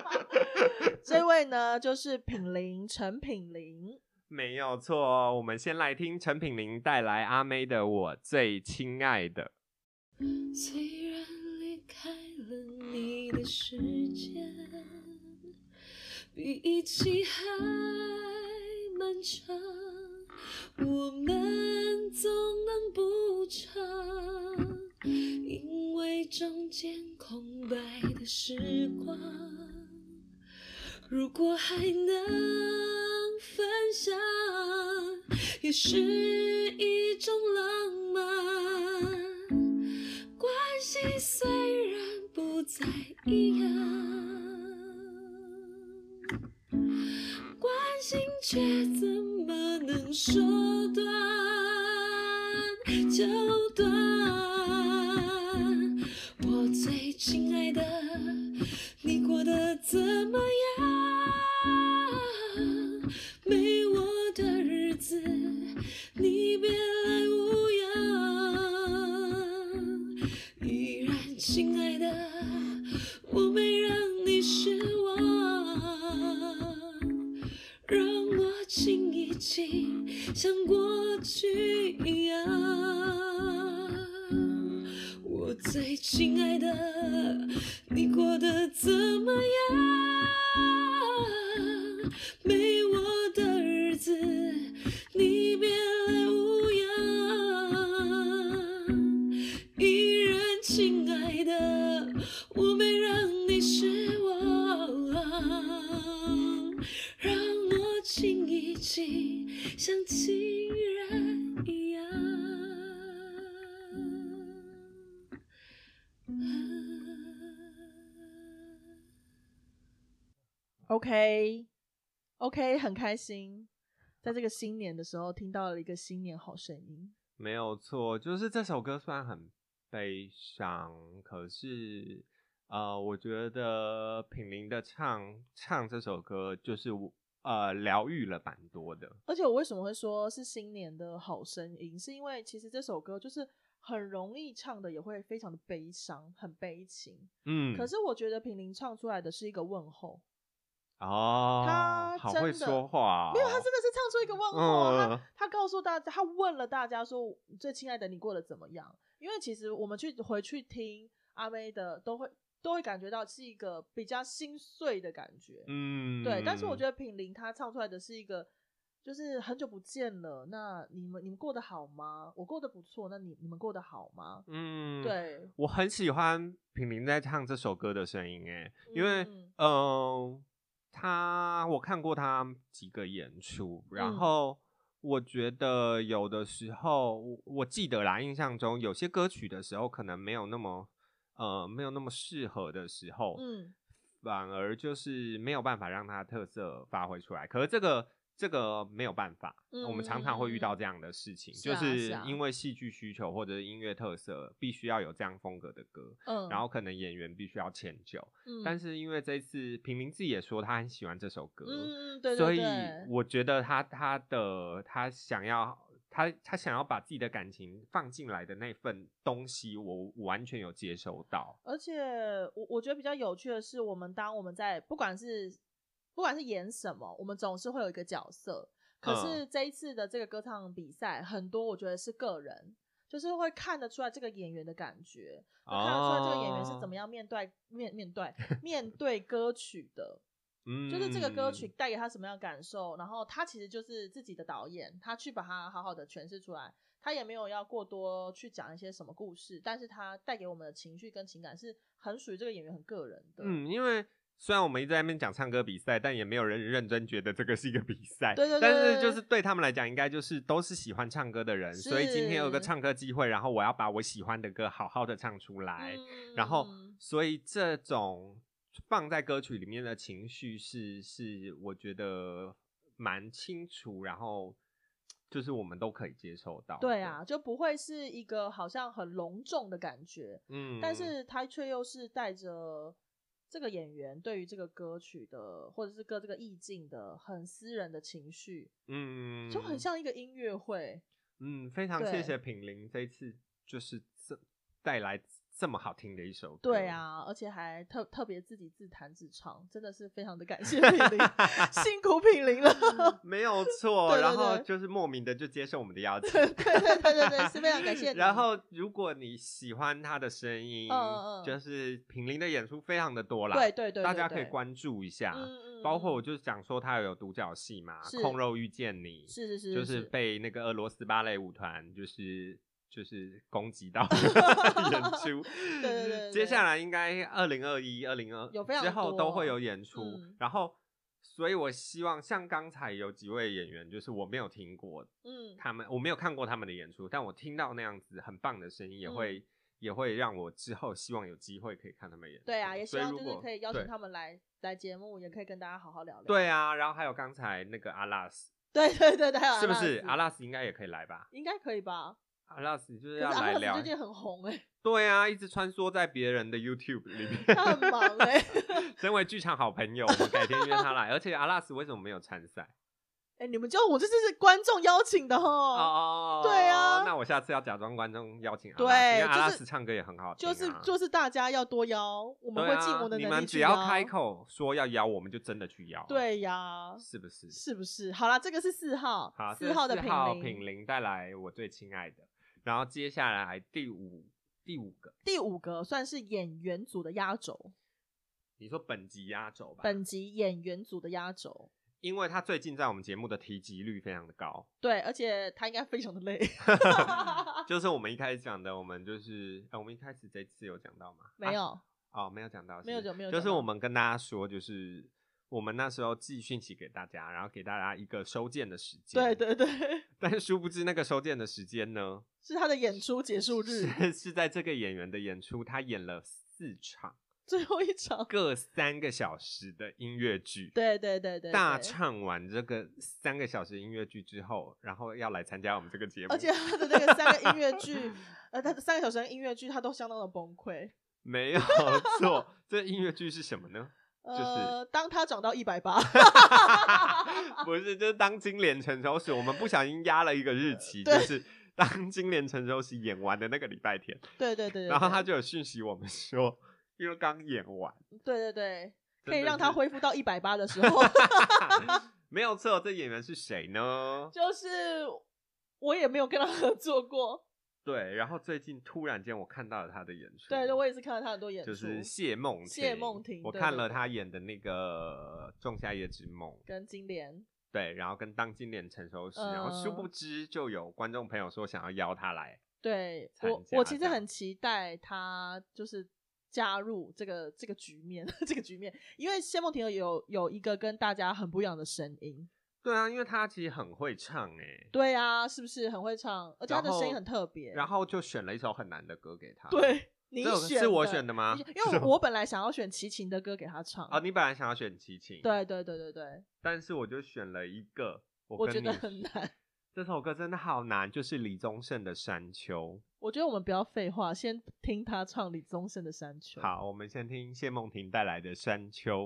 这位呢，就是品玲，陈品玲，
没有错。我们先来听陈品玲带来阿妹的《我最亲爱的》。
虽然离开了你的时间比一起还漫长，我们总能补偿，因为中间空白的时光，如果还能分享，也是一种浪漫。关系虽然不再一样，关心却怎么能说断就断？我最亲爱的，你过得怎么样？没我的日子，你别来无恙。依然，亲爱的，我没让你像过去一样。我最亲爱的，你过得怎么样？没我的日子，你别来无恙。依然，亲爱的，我没让你失望，让我亲一亲，像亲人一样。
OK OK，很开心，在这个新年的时候听到了一个新年好声音。
没有错，就是这首歌虽然很悲伤，可是呃，我觉得品林的唱唱这首歌就是我呃疗愈了蛮多的。
而且我为什么会说是新年的好声音，是因为其实这首歌就是很容易唱的，也会非常的悲伤，很悲情。
嗯，
可是我觉得品林唱出来的是一个问候，
哦，
他
好
真
会
的
说话、哦，
没有，他真的是唱出一个问候啊、
嗯
他他告诉大家，他问了大家说：“最亲爱的，你过得怎么样？”因为其实我们去回去听阿妹的，都会都会感觉到是一个比较心碎的感觉。
嗯，
对，但是我觉
得
得品林她唱出来的是一个，就是很久不见了，那你们你们过得好吗？我过得不错，那你你们过得好吗？
嗯，。
对，
我很喜欢品林在唱这首歌的声音，哎，因为
嗯
嗯、呃他我看过他几个演出，
嗯
然后我觉得有的时候我我记得啦，印象中有些歌曲的时候可能没有那么呃没有那么适合的时候，
嗯，
反而就是没有办法让他的特色发挥出来。可是这个这个没有办法，
嗯
我们常常会遇到这样的事情，
嗯嗯嗯
就是是
啊是啊
因为戏剧需求或者是音乐特色，必须要有这样风格的歌，
嗯
然后可能演员必须要迁就。
嗯
但是因为这次平民自己也说他很喜欢这首歌，
嗯，对对对，
所以我觉得他他的他想要。他他想要把自己的感情放进来的那份东西，我我完全有接收到。
而且我我觉得比较有趣的是，我们当我们在不管是不管是演什么，我们总是会有一个角色。可
嗯
是这一次的这个歌唱比赛，很多我觉得是个人，就是会看得出来这个演员的感觉，会看得出来这个演员
哦
是怎么样面对面面对面对歌曲的，
嗯
就是这个歌曲带给他什么样的感受，然后他其实就是自己的导演，他去把它好好的诠释出来，他也没有要过多去讲一些什么故事，但是他带给我们的情绪跟情感是很属于这个演员很个人的，
嗯，因为虽然我们一直在那边讲唱歌比赛，但也没有人认真觉得这个是一个比赛。
对对对
但是
对对
就是对他们来讲，应该就是都是喜欢唱歌的人，所以今天有个
是
唱歌机会，然后我要把我喜欢的歌好好的唱出来。
嗯，
然后，所以这种放在歌曲里面的情绪是是，我觉得蛮清楚，然后就是我们都可以接受到。
对啊，，就不会是一个好像很隆重的感觉，
嗯，
但是他却又是带着这个演员对于这个歌曲的或者是歌这个意境的很私人的情绪，
嗯，
就很像一个音乐会。
嗯，非常
对
谢谢品林这一次就是这带来这么好听的一首歌。
对，啊，而且还特特别自己自弹自唱，真的是非常的感谢品
[laughs]
林，辛苦品林了。
没
[laughs]
有错。
对对
然后
对
就是莫名的就接受我们的
[laughs]
邀请，
对对对对对，是非常感谢你。
然后如果你喜欢他的声音，
嗯嗯嗯
就是品林的演出非常的多啦，
对对对对，
大家
对
可以关注一下。
嗯嗯
包括我
嗯
就是讲说他有独角戏嘛，
是
《空肉遇见你》
是是是
就是
是
被那个俄罗斯芭蕾舞团就是就是攻击到 [laughs]
[laughs]
演出。
对对对对
接下来应该二零二一、二零二
有非常
之后都会
多
有演出，
嗯
然后。所以，我希望像刚才有几位演员，就是我没有听过
嗯
他们，我没有看过他们的演出，但我听到那样子很棒的声音，
嗯
也会、也会让我之后希望有机会可以看他们演出。
对啊，也希
所以
望
如
就是
果
可以邀请
对
他们来来节目，也可以跟大家好好聊聊。
对啊，然后还有刚才那个阿拉斯，
对对对对，还有
是不
阿拉
是
斯
阿拉斯应该也可以来吧？
应该可以吧？
阿拉斯就是
可是
要
阿
来
拉斯
聊
最，近很红哎，
对啊，一直穿梭在别人的 YouTube 里
[laughs] 他很
面。 [laughs]
忙哎。
身为剧场好朋友，我们改天约他来。而且阿拉斯为什么没有参赛？
哎，你们知道我这次是观众邀请的
哦
哈，
哦，
对啊
那我下次要假装观众邀请阿
对
拉斯，因为阿拉
就是
斯唱歌也很好听
就
啊，
是就是大家要多邀，我们
对
会尽
啊
我们的哦
你
能
们
力
只
去
要
邀
开，口说要邀，我们就真的去邀，，啊
对呀，
是不是？
是不是？好啦，这个是四号
好，，
四号的
品
评
品
零，
林带来我最亲爱的，然后接下来第五第五个，
第五个算是演员组的压轴，
你说本集压轴吧，
本集演员组的压轴。
因为他最近在我们节目的提及率非常的
[laughs]
高，
对，而且他应该非常的 [laughs] 累，
就是我们一开始讲的，我们就是，呃、我们一开始这次有讲到吗？
没有、
啊
[laughs]
哦，没有讲到，是不
没有
是
讲没有
就
讲
是
到
我们跟大家说，就是我们那时候寄讯息给大家，然后给大家一个收件的时间，
对。对对，
但是殊不知那个收件的时间呢，
是他的演出结束日，
是是在这个演员的演出，他演了四场，
最后一 [laughs] 场。
各三个小时的音乐剧，
对对对对，
大
对
唱完这个三个小时音乐剧之后，然后要来参加我们这个节目，
而且他的那个三个音乐剧，呃，他的三个小时的音乐剧，他都相当的崩溃。
没
[laughs]
有错，这音乐剧是什么呢？是
呃，当他长到一百 [laughs] 八，
不是，就是当金莲成熟时，我们不小心压了一个日期，就是当金莲成熟时演完的那个礼拜天，
对对对对，
然后他
对
就有讯息我们说，因为刚演完，
对对对，可
真
以
的
让他
是
恢复到一百八的时候，
[laughs] 没有错，这演员是谁呢？
[laughs] 就是我也没有跟他合作过，
对，然后最近突然间我看到了他的演出，
对对，我也是看了他很多演出，
就是谢梦婷
谢梦婷
我
对
看
对
了
对
他演的那个《仲夏夜之梦》，
跟金莲，
对，然后跟当金莲成熟时，然后殊
嗯
不知就有观众朋友说想要邀他来，
对
参
我
加
我其
这
实
样
很期待他就是加入这个这个局面， [laughs] 这个局面，因为谢梦婷有有一个跟大家很不一样的声音，
对啊，因为他其实很会唱哎、
对啊，是不是很会唱？而且他的声音很特别。
然后就选了一首很难的歌给他。
对你
这首
选
是我选的吗
你因为我我本来想要选齐秦的歌给他唱。
啊，你本来想要选齐秦，，
对对对对对，
但是我就选了一个，
我
我
觉
跟你
得很难。
这首歌真的好难，就是李宗盛的《山丘
我觉得我们不要废话，先听他唱李宗盛的《山丘》。，
好，我们先听谢梦婷带来的《山丘》。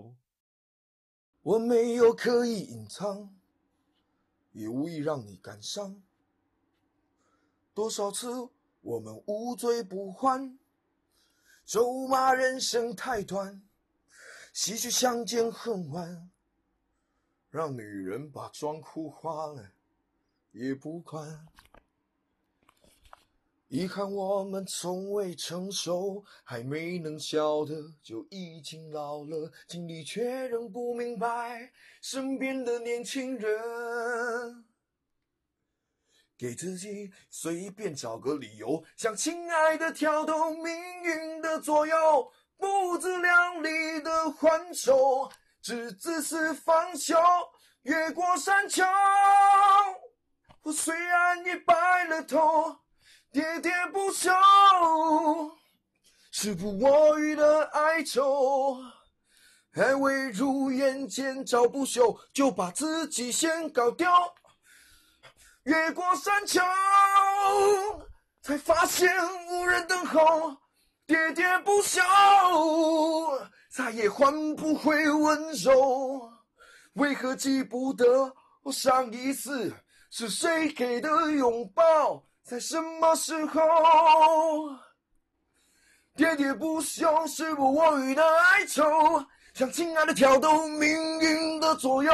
我没有刻意隐藏，也无意让你感伤。多少次我们无醉不欢，咒骂人生太短，唏嘘相见恨晚，让女人把妆哭花了也不管。遗憾我们从未成熟，还没能笑的就已经老了，心里却仍不明白身边的年轻人。给自己随便找个理由，想亲爱的挑动命运的左右，不自量力的还手，只自私放手，越过山丘。我虽然已白了头，喋喋不休，是不我予的哀愁，还未如眼间找不朽，就把自己先搞掉。越过山丘，才发现无人等候，喋喋不休，再也换不回温柔。为何记不得我上一次是谁给的拥抱，在什么时候？喋喋不休是我我予的哀愁，像亲爱的挑逗命运的左右，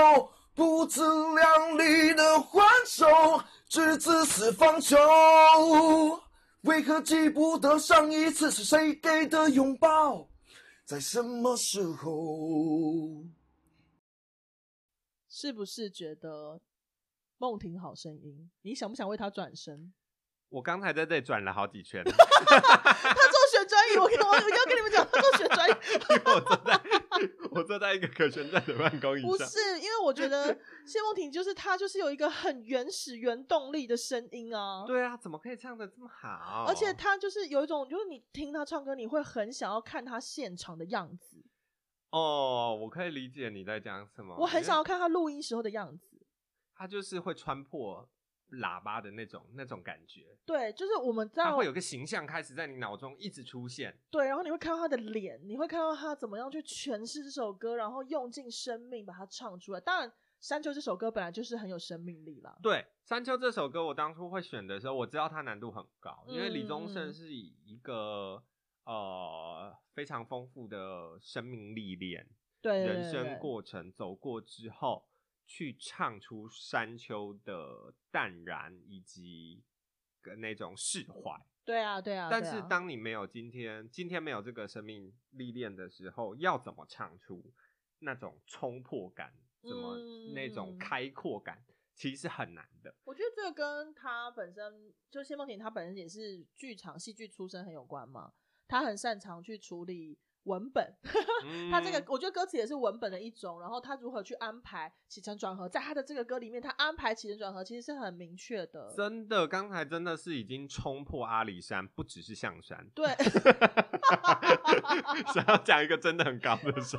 不自量力的还手，只自私放手。为何记不得上一次是谁给的拥抱，在什么时候？
是不是觉得梦婷好声音？你想不想为他转
[laughs]
身？
我刚才在这里转了好几
[laughs]
圈，
他做旋转椅，我跟我我要跟你们讲，他做旋转椅。
[laughs] 因为我坐在我坐在一个可旋转的办公椅
不
上，
是，因为我觉得谢梦婷就是她，就是有一个很原始、原动力的声音啊。，
对哦啊，怎么可以唱的这么好？
而且她就是有一种，就是你听她唱歌，你会很想要看她现场的样子，
哦，我可以理解你在讲什么，
我很
哦因为
想要看她录音时候的样子。
他就是会穿破喇叭的那种那种感觉，
对，就是我们在
他会有个形象开始在你脑中一直出现。
对，然后你会看到她的脸，你会看到她怎么样去诠释这首歌，然后用尽生命把它唱出来。当然，山丘》这首歌本来就是很有生命力啦。
对，《山丘》这首歌，我当初会选的时候，我知道它难度很高，因为李宗
嗯嗯
盛
嗯
是以一个呃非常丰富的生命历练、
对，对
人
对
生过程走过之后，去唱出山丘的淡然以及跟那种释怀。
对啊，对啊。
但
对
是
啊
当你没有今天，今天没有这个生命历练的时候，要怎么唱出那种冲破感，怎么那种
嗯
开阔感，其实很难的。
我觉得这个跟他本身就谢梦婷，她本身也是剧场戏剧出身很有关嘛。她很擅长去处理文本， [laughs] 她这
嗯
个我觉得歌词也是文本的一种。然后她如何去安排起承转合，在她的这个歌里面，她安排起承转合其实是很明确的。，
真的，刚才真的是已经冲破阿里山，不只是象山
对，
[laughs] 想要讲一个真的很高的山。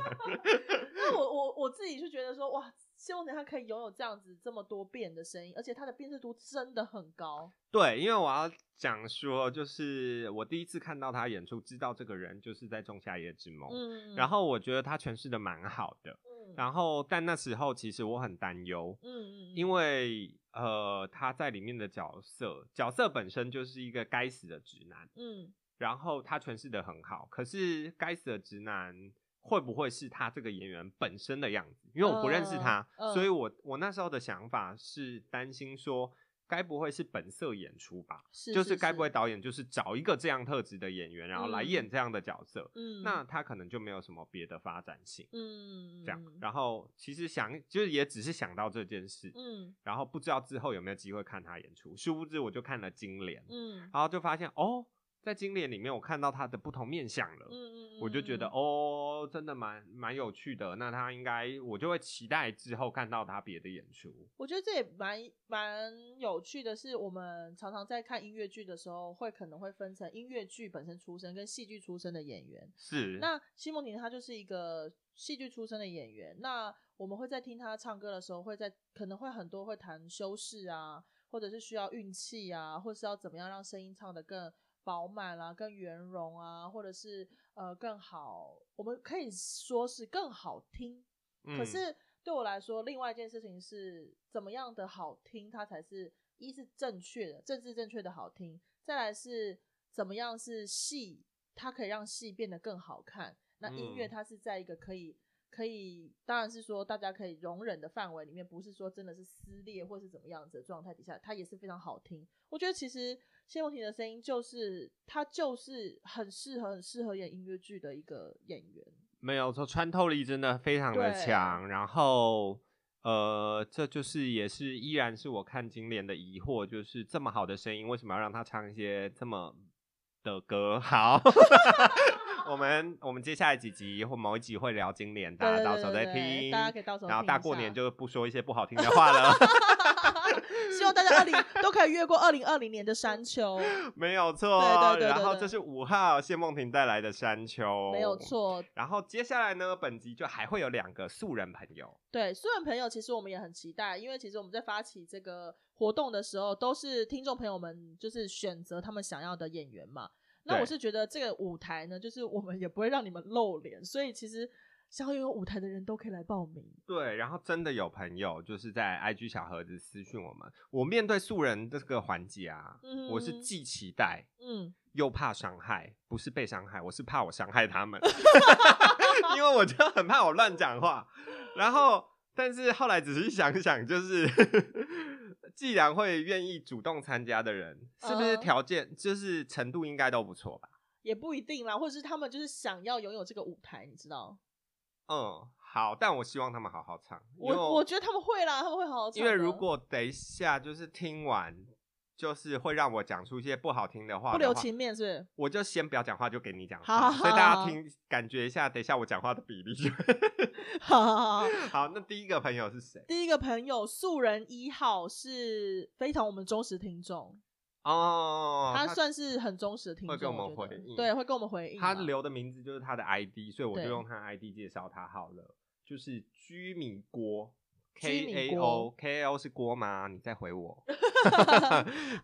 那我我我自己就觉得说，哇，谢梦婷她可以拥有这样子这么多变的声音，而且她的辨识度真的很高。
对，因为我要讲说，就是我第一次看到他演出，知道这个人就是在《仲夏夜之梦》
嗯，
然后我觉得他诠释的蛮好的。
嗯，嗯
然后，但那时候其实我很担忧，
嗯，
因
为
为呃，他在里面的角色，角色本身就是一个该死的直男，
嗯
然后他诠释的很好，可是该死的直男会不会是他这个演员本身的样子？因为我不认识他，
嗯嗯
所以我我那时候的想法是担心说，该不会是本色演出吧？
是
就是该不会导演就是找一个这样特质的演员，然后来
嗯
演这样的角色，
嗯
那他可能就没有什么别的发展性。
嗯
这样
嗯，
然后其实想就是也只是想到这件事，
嗯
然后不知道之后有没有机会看他演出。殊不知我就看了《金莲》，
嗯
然后就发现哦，在《金莲》里面我看到他的不同面相了，
嗯，
我就觉得
嗯，
哦，真的蛮蛮有趣的。那他应该我就会期待之后看到他别的演出。
我觉得这也蛮蛮有趣的是，我们常常在看音乐剧的时候，会可能会分成音乐剧本身出身跟戏剧出身的演员。
是，
那西蒙尼他就是一个戏剧出身的演员，那我们会在听他唱歌的时候，会在可能会很多会谈修饰啊，或者是需要运气啊，或是要怎么样让声音唱得更饱满啊、更圆融啊，或者是呃更好，我们可以说是更好听。
嗯
可是对我来说，另外一件事情是怎么样的好听，它才是一是正确的、政治正确的好听，再来是怎么样是戏，它可以让戏变得更好看。那音乐
嗯
它是在一个可以。可以，当然是说大家可以容忍的范围里面，不是说真的是撕裂或是怎么样子的状态底下，它也是非常好听。我觉得其实谢梦婷的声音就是她就是很适合、很适合演音乐剧的一个演员。
没有错，穿透力真的非常的强。然后，呃，这就是也是依然是我看金莲的疑惑，就是这么好的声音，为什么要让他唱一些这么的歌？好， [laughs] 我们我们接下来几集或某一集会聊金莲，大家
对
到时候再
对对对
听，
大家可以到时候
然后
听
大
一
过
下
年就不说一些不好听
[laughs]
的话了。 [laughs]
希望大家二零都可以越过二零二零年的山丘，
没有错，
对对对
然后
对
这是五号谢梦婷带来的山丘，
没有。错。
然后接下来呢，本集就还会有两个素人朋友，
对，素人朋友，其实我们也很期待，因为其实我们在发起这个活动的时候，都是听众朋友们就是选择他们想要的演员嘛。那我
对
是觉得这个舞台呢，就是我们也不会让你们露脸，所以其实想要拥有舞台的人都可以来报名。
对，然后真的有朋友就是在 IG 小盒子私讯我们，我面对素人这个环节啊，
嗯
我是既期待
嗯，
又怕伤害，不是被伤害，我是怕我伤害
[laughs]
他们，因为我就很怕我乱讲话。然后，但是后来仔细想想，就是 [laughs] 既然会愿意主动参加的人，是不是
嗯
条件、就是程度应该都不错吧？
也不一定啦，或者是他们就是想要拥有这个舞台，你知道？
嗯，好，但我希望他们好好唱，因为
我我觉得他们会啦，他们会好好唱
因
的。
为如
[laughs]
果等一下就是听完，就是会让我讲出一些不好听的话的话，
不留情面是不是？
我就先不要讲话，就给你讲
好
话，
[laughs]
所以
好
大
好
家听感觉一下，等一下我讲话的比例。
好好好好。
[laughs] 好，那第一个朋友是谁？
第一个朋友素人一号是非常我们忠实听众，
哦，
他算是很忠实的听众，
会跟我们
觉得
回应
对，会跟我们回应嘛。
他
[laughs]
留的名字就是他的 ID，所以我就
对
用他 ID 介绍他好了，就是居米锅。
居
K
米
A
锅
O K A O 是锅吗？你再回
[laughs]
我， [laughs]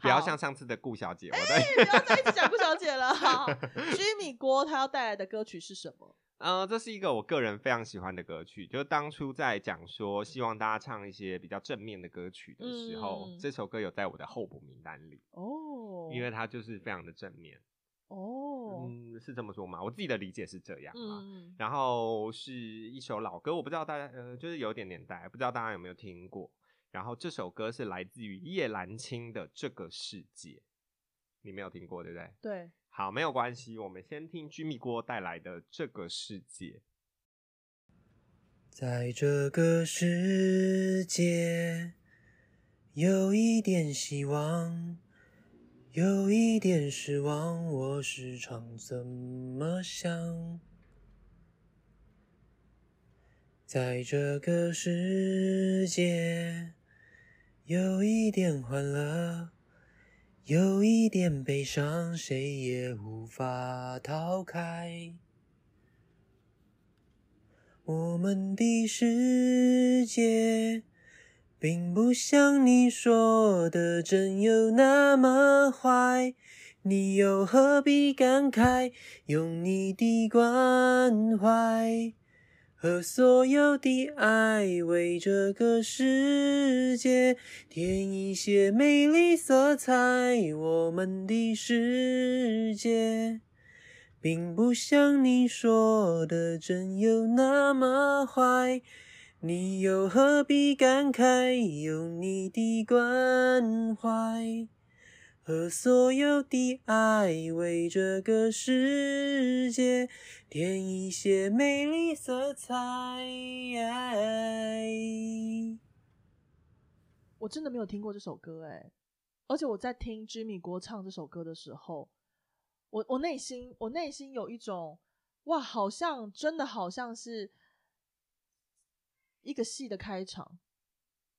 不要
好
像上次的顾小姐，我
哎
在
不要再一直讲顾小姐了。好居米锅他要带来的歌曲是什么？
呃，这是一个我个人非常喜欢的歌曲，就是当初在讲说希望大家唱一些比较正面的歌曲的时候，
嗯
这首歌有在我的候补名单里，
哦，
因为它就是非常的正面。
哦，
嗯，是这么说吗？我自己的理解是这样啊。
嗯
然后是一首老歌，我不知道大家呃，就是有点年代，不知道大家有没有听过。然后这首歌是来自于叶兰青的《这个世界》，你没有听过对不对？
对，
好，没有关系，我们先听 Jimmy 郭带来的《这个世界》。
在这个世界，有一点希望，有一点失望，我时常这么想。在这个世界，有一点欢乐，有一点悲伤，谁也无法逃开。我们的世界，并不像你说的真有那么坏。你又何必感慨？用你的关怀和所有的爱，为这个世界添一些美丽色彩。我们的世界。并不像你说的真有那么坏，你又何必感慨？有你的关怀和所有的爱，为这个世界添一些美丽色彩。
我真的没有听过这首歌哎，而且我在听 Jimmy 郭唱这首歌的时候，我我内心我内心有一种哇，好像真的好像是一个戏的开场，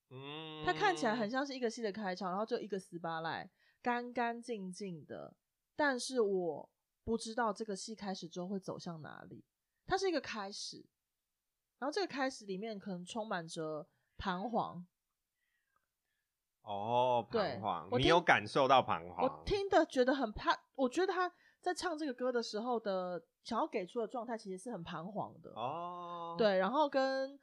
嗯，
它看起来很像是一个戏的开场，然后就一个斯巴赖，干干净净的。但是我不知道这个戏开始之后会走向哪里，它是一个开始，然后这个开始里面可能充满着彷徨。
哦，
对
彷徨
我，
你
听
有感受到彷徨？
我听的觉得很怕，我觉得他在唱这个歌的时候的想要给出的状态其实是很彷徨的。
哦，，
对，然后跟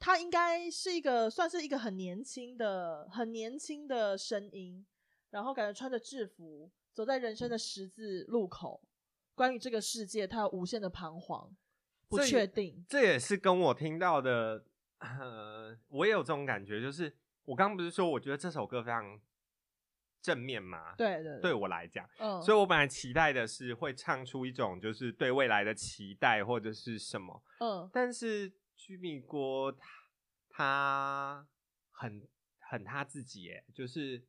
他应该是一个算是一个很年轻的、很年轻的声音，然后感觉穿着制服走在人生的十字路口，关于这个世界，他有无限的彷徨、不
这也
确定。
这也是跟我听到的，呃， [coughs] 我也有这种感觉，就是我刚刚不是说我觉得这首歌非常正面吗？，
对对
对，我来讲，
嗯，
所以我本来期待的是会唱出一种就是对未来的期待或者是什么，
嗯，
但是居米锅他他很很他自己耶，就是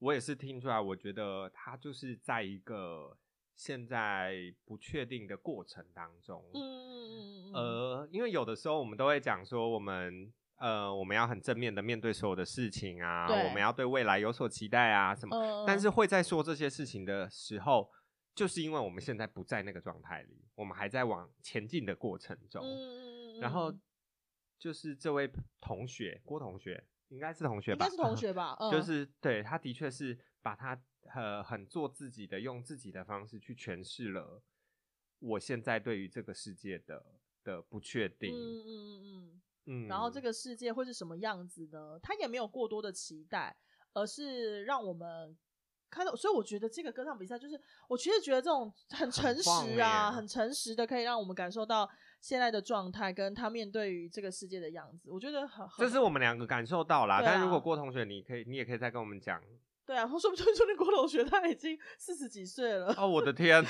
我也是听出来，我觉得他就是在一个现在不确定的过程当中，
嗯嗯嗯嗯嗯，
呃，因为有的时候我们都会讲说，我们呃，我们要很正面的面对所有的事情啊，
对
我们要对未来有所期待啊，什么。
嗯，
但是
嗯
会在说这些事情的时候，就是因为我们现在不在那个状态里，我们还在往前进的过程中。
嗯嗯嗯，
然后
嗯
就是这位同学郭同学，应该是同学
应
吧？
该是同学吧，嗯
就是对他的确是把他呃很做自己的，用自己的方式去诠释了我现在对于这个世界的的不确
嗯
定。
嗯嗯嗯。
嗯
然后这个世界会是什么样子呢？他也没有过多的期待，而是让我们看到。所以我觉得这个歌唱比赛就是，我其实觉得这种很诚
棒
实啊，
耶
很诚实的，可以让我们感受到现在的状态跟他面对于这个世界的样子。我觉得很，很
这是我们两个感受到啦。
对
但
啊
如果郭同学，你可以你也可以再跟我们讲。
对啊。说不定说那郭同学他已经四十几岁了，
哦，我的天！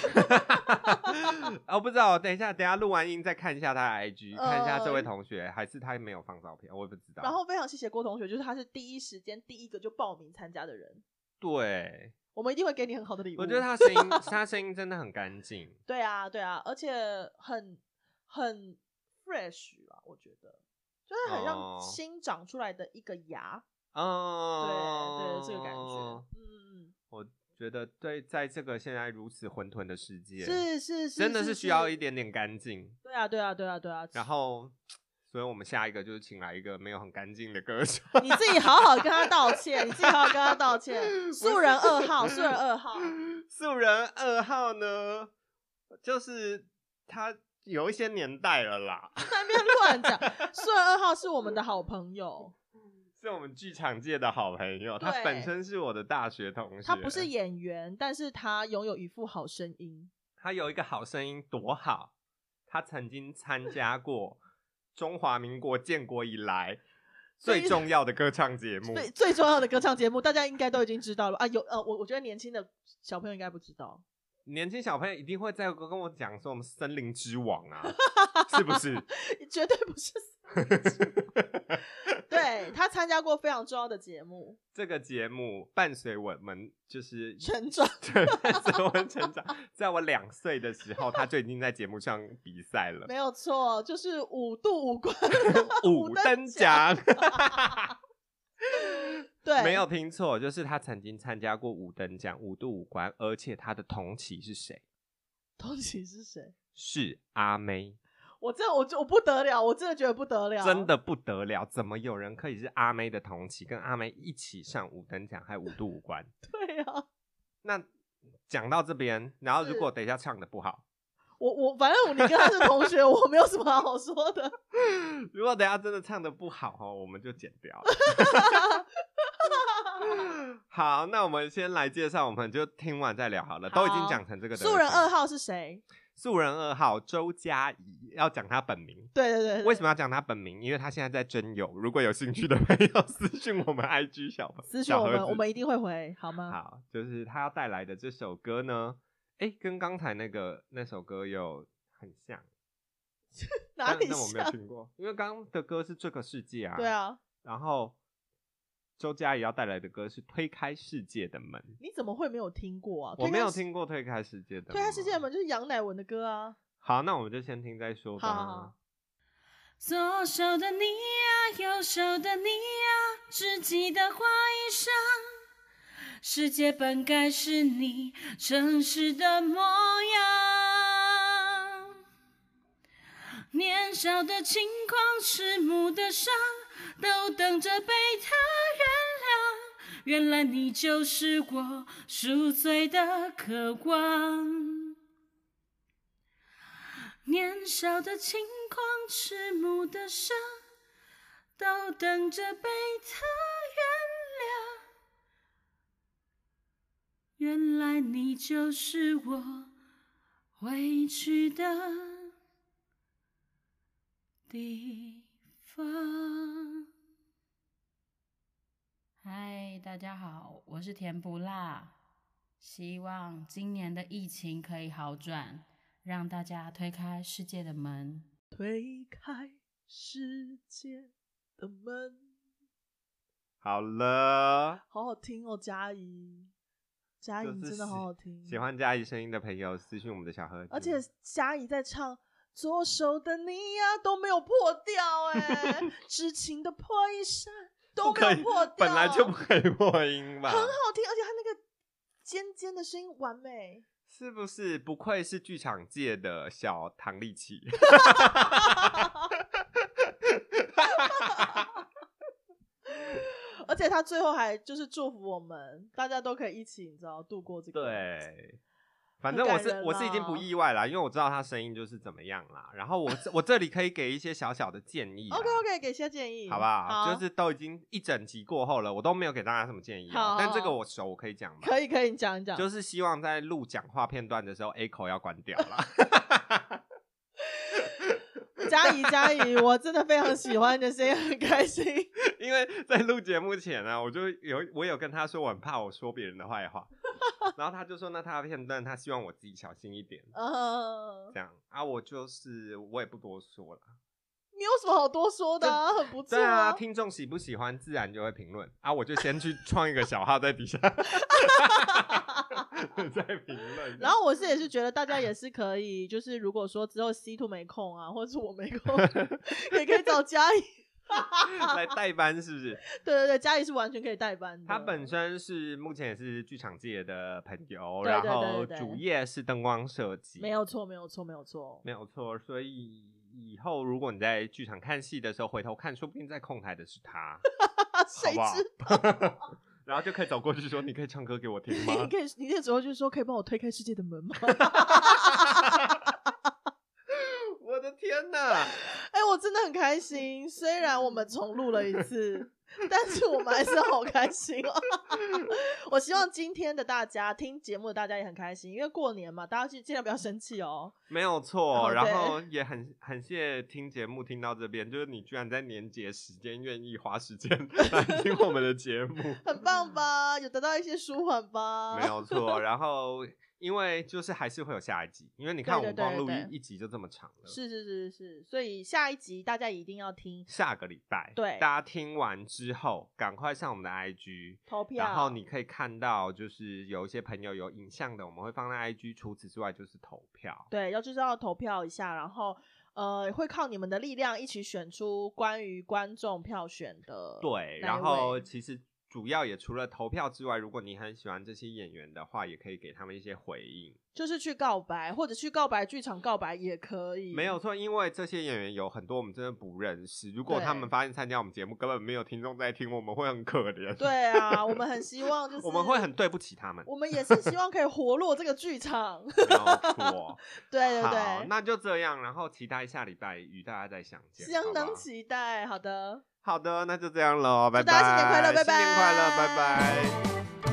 哦，不知道，等一下，等一下录完音再看一下他的 IG，、看一下这位
呃
同学，还是他没有放照片，我也不知道。
[laughs] 然后非常谢谢郭同学，就是他是第一时间第一个就报名参加的人。
对，
我们一定会给你很好的礼物。
我觉得他声音，他声音真的很干净。
对啊，对啊，而且很很 fresh 啊，我觉得就是很像
哦
新长出来的一个芽，
哦，
对对，这个感觉，嗯，
我觉得对，在这个现在如此混沌的世界，
嗯是是是，
真的
是
是需要一，点点干净。
对啊，对啊，对啊，对啊，
然后，所以我们下一个就是请来一个没有很干净的歌手。
你自己好好跟他道歉，你自己好好跟他
[laughs]
道歉，素人二号，素人二号，
素人二号呢，就是他有一些年代了啦， [laughs]
那边乱讲。顺二号是我们的好朋友，
是我们剧场界的好朋友，
对
他本身是我的大学同学，
他不是演员，但是他拥有一副好声音。
他有一个好声音多好，他曾经参加过中华民国建国以来
最
最重要的歌唱节目，
最最重要的歌唱节目，大家应该都已经知道了啊。有呃，我我觉得年轻的小朋友应该不知道。 [laughs]
年轻小朋友一定会在跟我讲说我们森林之王啊，是不是？
绝对不是。
[laughs]
对他参加过非常重要的节目，
这个节目伴随我们就是
成长
[laughs] 对伴随我们成长，在我两岁的时候，他就已经在节目上比赛了
没，有错，就是五度五关
五等奖。[laughs]
对，
没有听错，就是他曾经参加过五等奖、五度五关，而且他的同期是谁？
同喜是谁？
是阿妹，
我真的我我不得了，我真的觉得不得了，
真的不得了！怎么有人可以是阿妹的同期，跟阿妹一起上五等奖，还有五度五关？
对啊，
那讲到这边，然后
是
如果等一下唱的不好，
我我反正你跟他是
[laughs]
同学，我没有什么好说的。
如果等一下真的唱的不好哦，我们就剪掉。 [laughs] 好，那我们先来介绍，我们就听完再聊好了。都已经
好
讲成这个德行
素人二，号是谁？
素人二号周佳怡，要讲她本名。
对对对对，
为什么要讲她本名？因为她现在在征友，如果有兴趣的朋友 [laughs] 私信我们 IG 小
私信
小
我
盒
们，
子
我们一定会回，好吗？
好，就是她要带来的这首歌呢，哎，跟刚才那个那首歌有很像，
哪里
但但我没
像
有？听过，因为刚刚的歌是这个世界啊。
对。啊，
然后周佳怡要带来的歌是《推开世界的门》，
你怎么会没有听过啊？
我没有
推开世
听啊过《推开世界的门》。
对他世界的门就是杨乃文的歌啊。
好，那我们就先听再说吧。
好好好
左手的你呀、右手的你呀、知己的花衣裳。世界本该是你真实的模样。年少的轻狂，迟暮的伤，都等着被他原谅。原来你就是我赎罪的渴望。年少的轻狂，迟暮的伤，都等着被他原谅。原来你就是我委屈的地方。嗨，大家好，我是甜不辣，希望今年的疫情可以好转。让大家推开世界的门。
推开世界的门，
好了，
好好听哦，佳怡，佳怡
就是
真的好
喜
好听，
喜。欢佳怡声音的朋友，私信我们的小盒子。
而且佳怡在唱。左手的你呀、都没有破掉哎、
[laughs]
痴情的破衣衫都
不
没
可以
有破掉，
本来就不可以破音
[laughs]
吧？
很好听，而且他那个尖尖的声音完美。
是不是？不愧是剧场界的小唐丽奇。
而且他最后还就是祝福我们，大家都可以一起，你知道度过这个。，
对，反正我
感
是
人
我是已经不
啦
意外啦，因为我知道他声音就是怎么样啦。然后我这我这里可以给一些小小的建议啦。啊
OK OK，给些建议，
好不好？就是都已经一整集过后了，我都没有给大家什么建议、
好
哦，但这个我熟，我可以讲吗？
可以可以，你讲一讲。
就是希望在录讲话片段的时候，echo 要关掉啦。 [laughs] [laughs]
佳怡佳怡，我真的非常喜欢你的声音，很开心。 [laughs]
因为在录节目前呢、我就有我有跟他说，我很怕我说别人的坏
[laughs]
话，然后他就说，那他的片段他希望我自己小心一点，
嗯，
这样啊，我就是我也不多说了。
你有什么好多说的啊？很不错
对啊，听众喜不喜欢，自然就会评论啊，我就先去创一个小号在底
[laughs]
下在评论，
然后我是也是觉得大家也是可以，就是如果说之后 C two 没空
[laughs]
啊，或者是我没空， [laughs] 也可以找佳怡。 [laughs]
来代班是不是？
对对对，佳怡是完全可以代班的。
他本身是目前也是剧场界的朋友，
对对对
然后
对对
主业是灯光设计，
没有错，没有错，没有错。
没有错。所以以后如果你在剧场看戏的时候回头看，说不定在控台的是他，
[laughs] 谁
好
知
不好？ [laughs] 然后就可以走过去说：“你可以唱歌给我听吗
[laughs] 你可以，你那时候就说可以帮我推开世界的门吗？？”
天哪！
哎、我真的很开心，虽然我们重录了一次，但是我们还是好开心哦。 [laughs] 我希望今天的大家听节目，大家也很开心，因为过年嘛，大家去尽量不要生气哦。
没有
哦
错，
对
然后也很很谢听节目听到这边，就是你居然在年节时间愿意花时
[laughs]
间来听我们的节目，
很棒吧？有得到一些舒缓吧？
嗯没有错。然后因为就是还是会有下一集，因为你看我
对
们
对对
光录
对
一一集就这么长了，
是是是是，所以下一集大家一定要听
下个礼拜，
对
大家听完之后赶快上我们的 IG。
投票，
然后你可以看到，就是有一些朋友有影像的，我们会放在 IG。除此之外，就是投票。
对，要就是要投票一下，然后呃，会靠你们的力量一起选出关于观众票选的
对，
那一
然后
位
其实主要也除了投票之外，如果你很喜欢这些演员的话，也可以给他们一些回应。
就是去告白，或者去告白剧场告白也可以。
没有错，因为这些演员有很多我们真的不认识，如果
对
他们发现参加我们节目根本没有听众在听，我们会很可怜。，
对啊，我们很希望就是
我们会很，对不起他们。
我们也是希望可以活络这个剧场。 [laughs]
没有错，
对对
好，
对，
那就这样，然后期待下礼拜与大家再相见，
相
好
当
不好
期待。好的，
好的，那就这样喽，拜拜，
大家新年快乐拜
新年快乐，
拜
拜拜。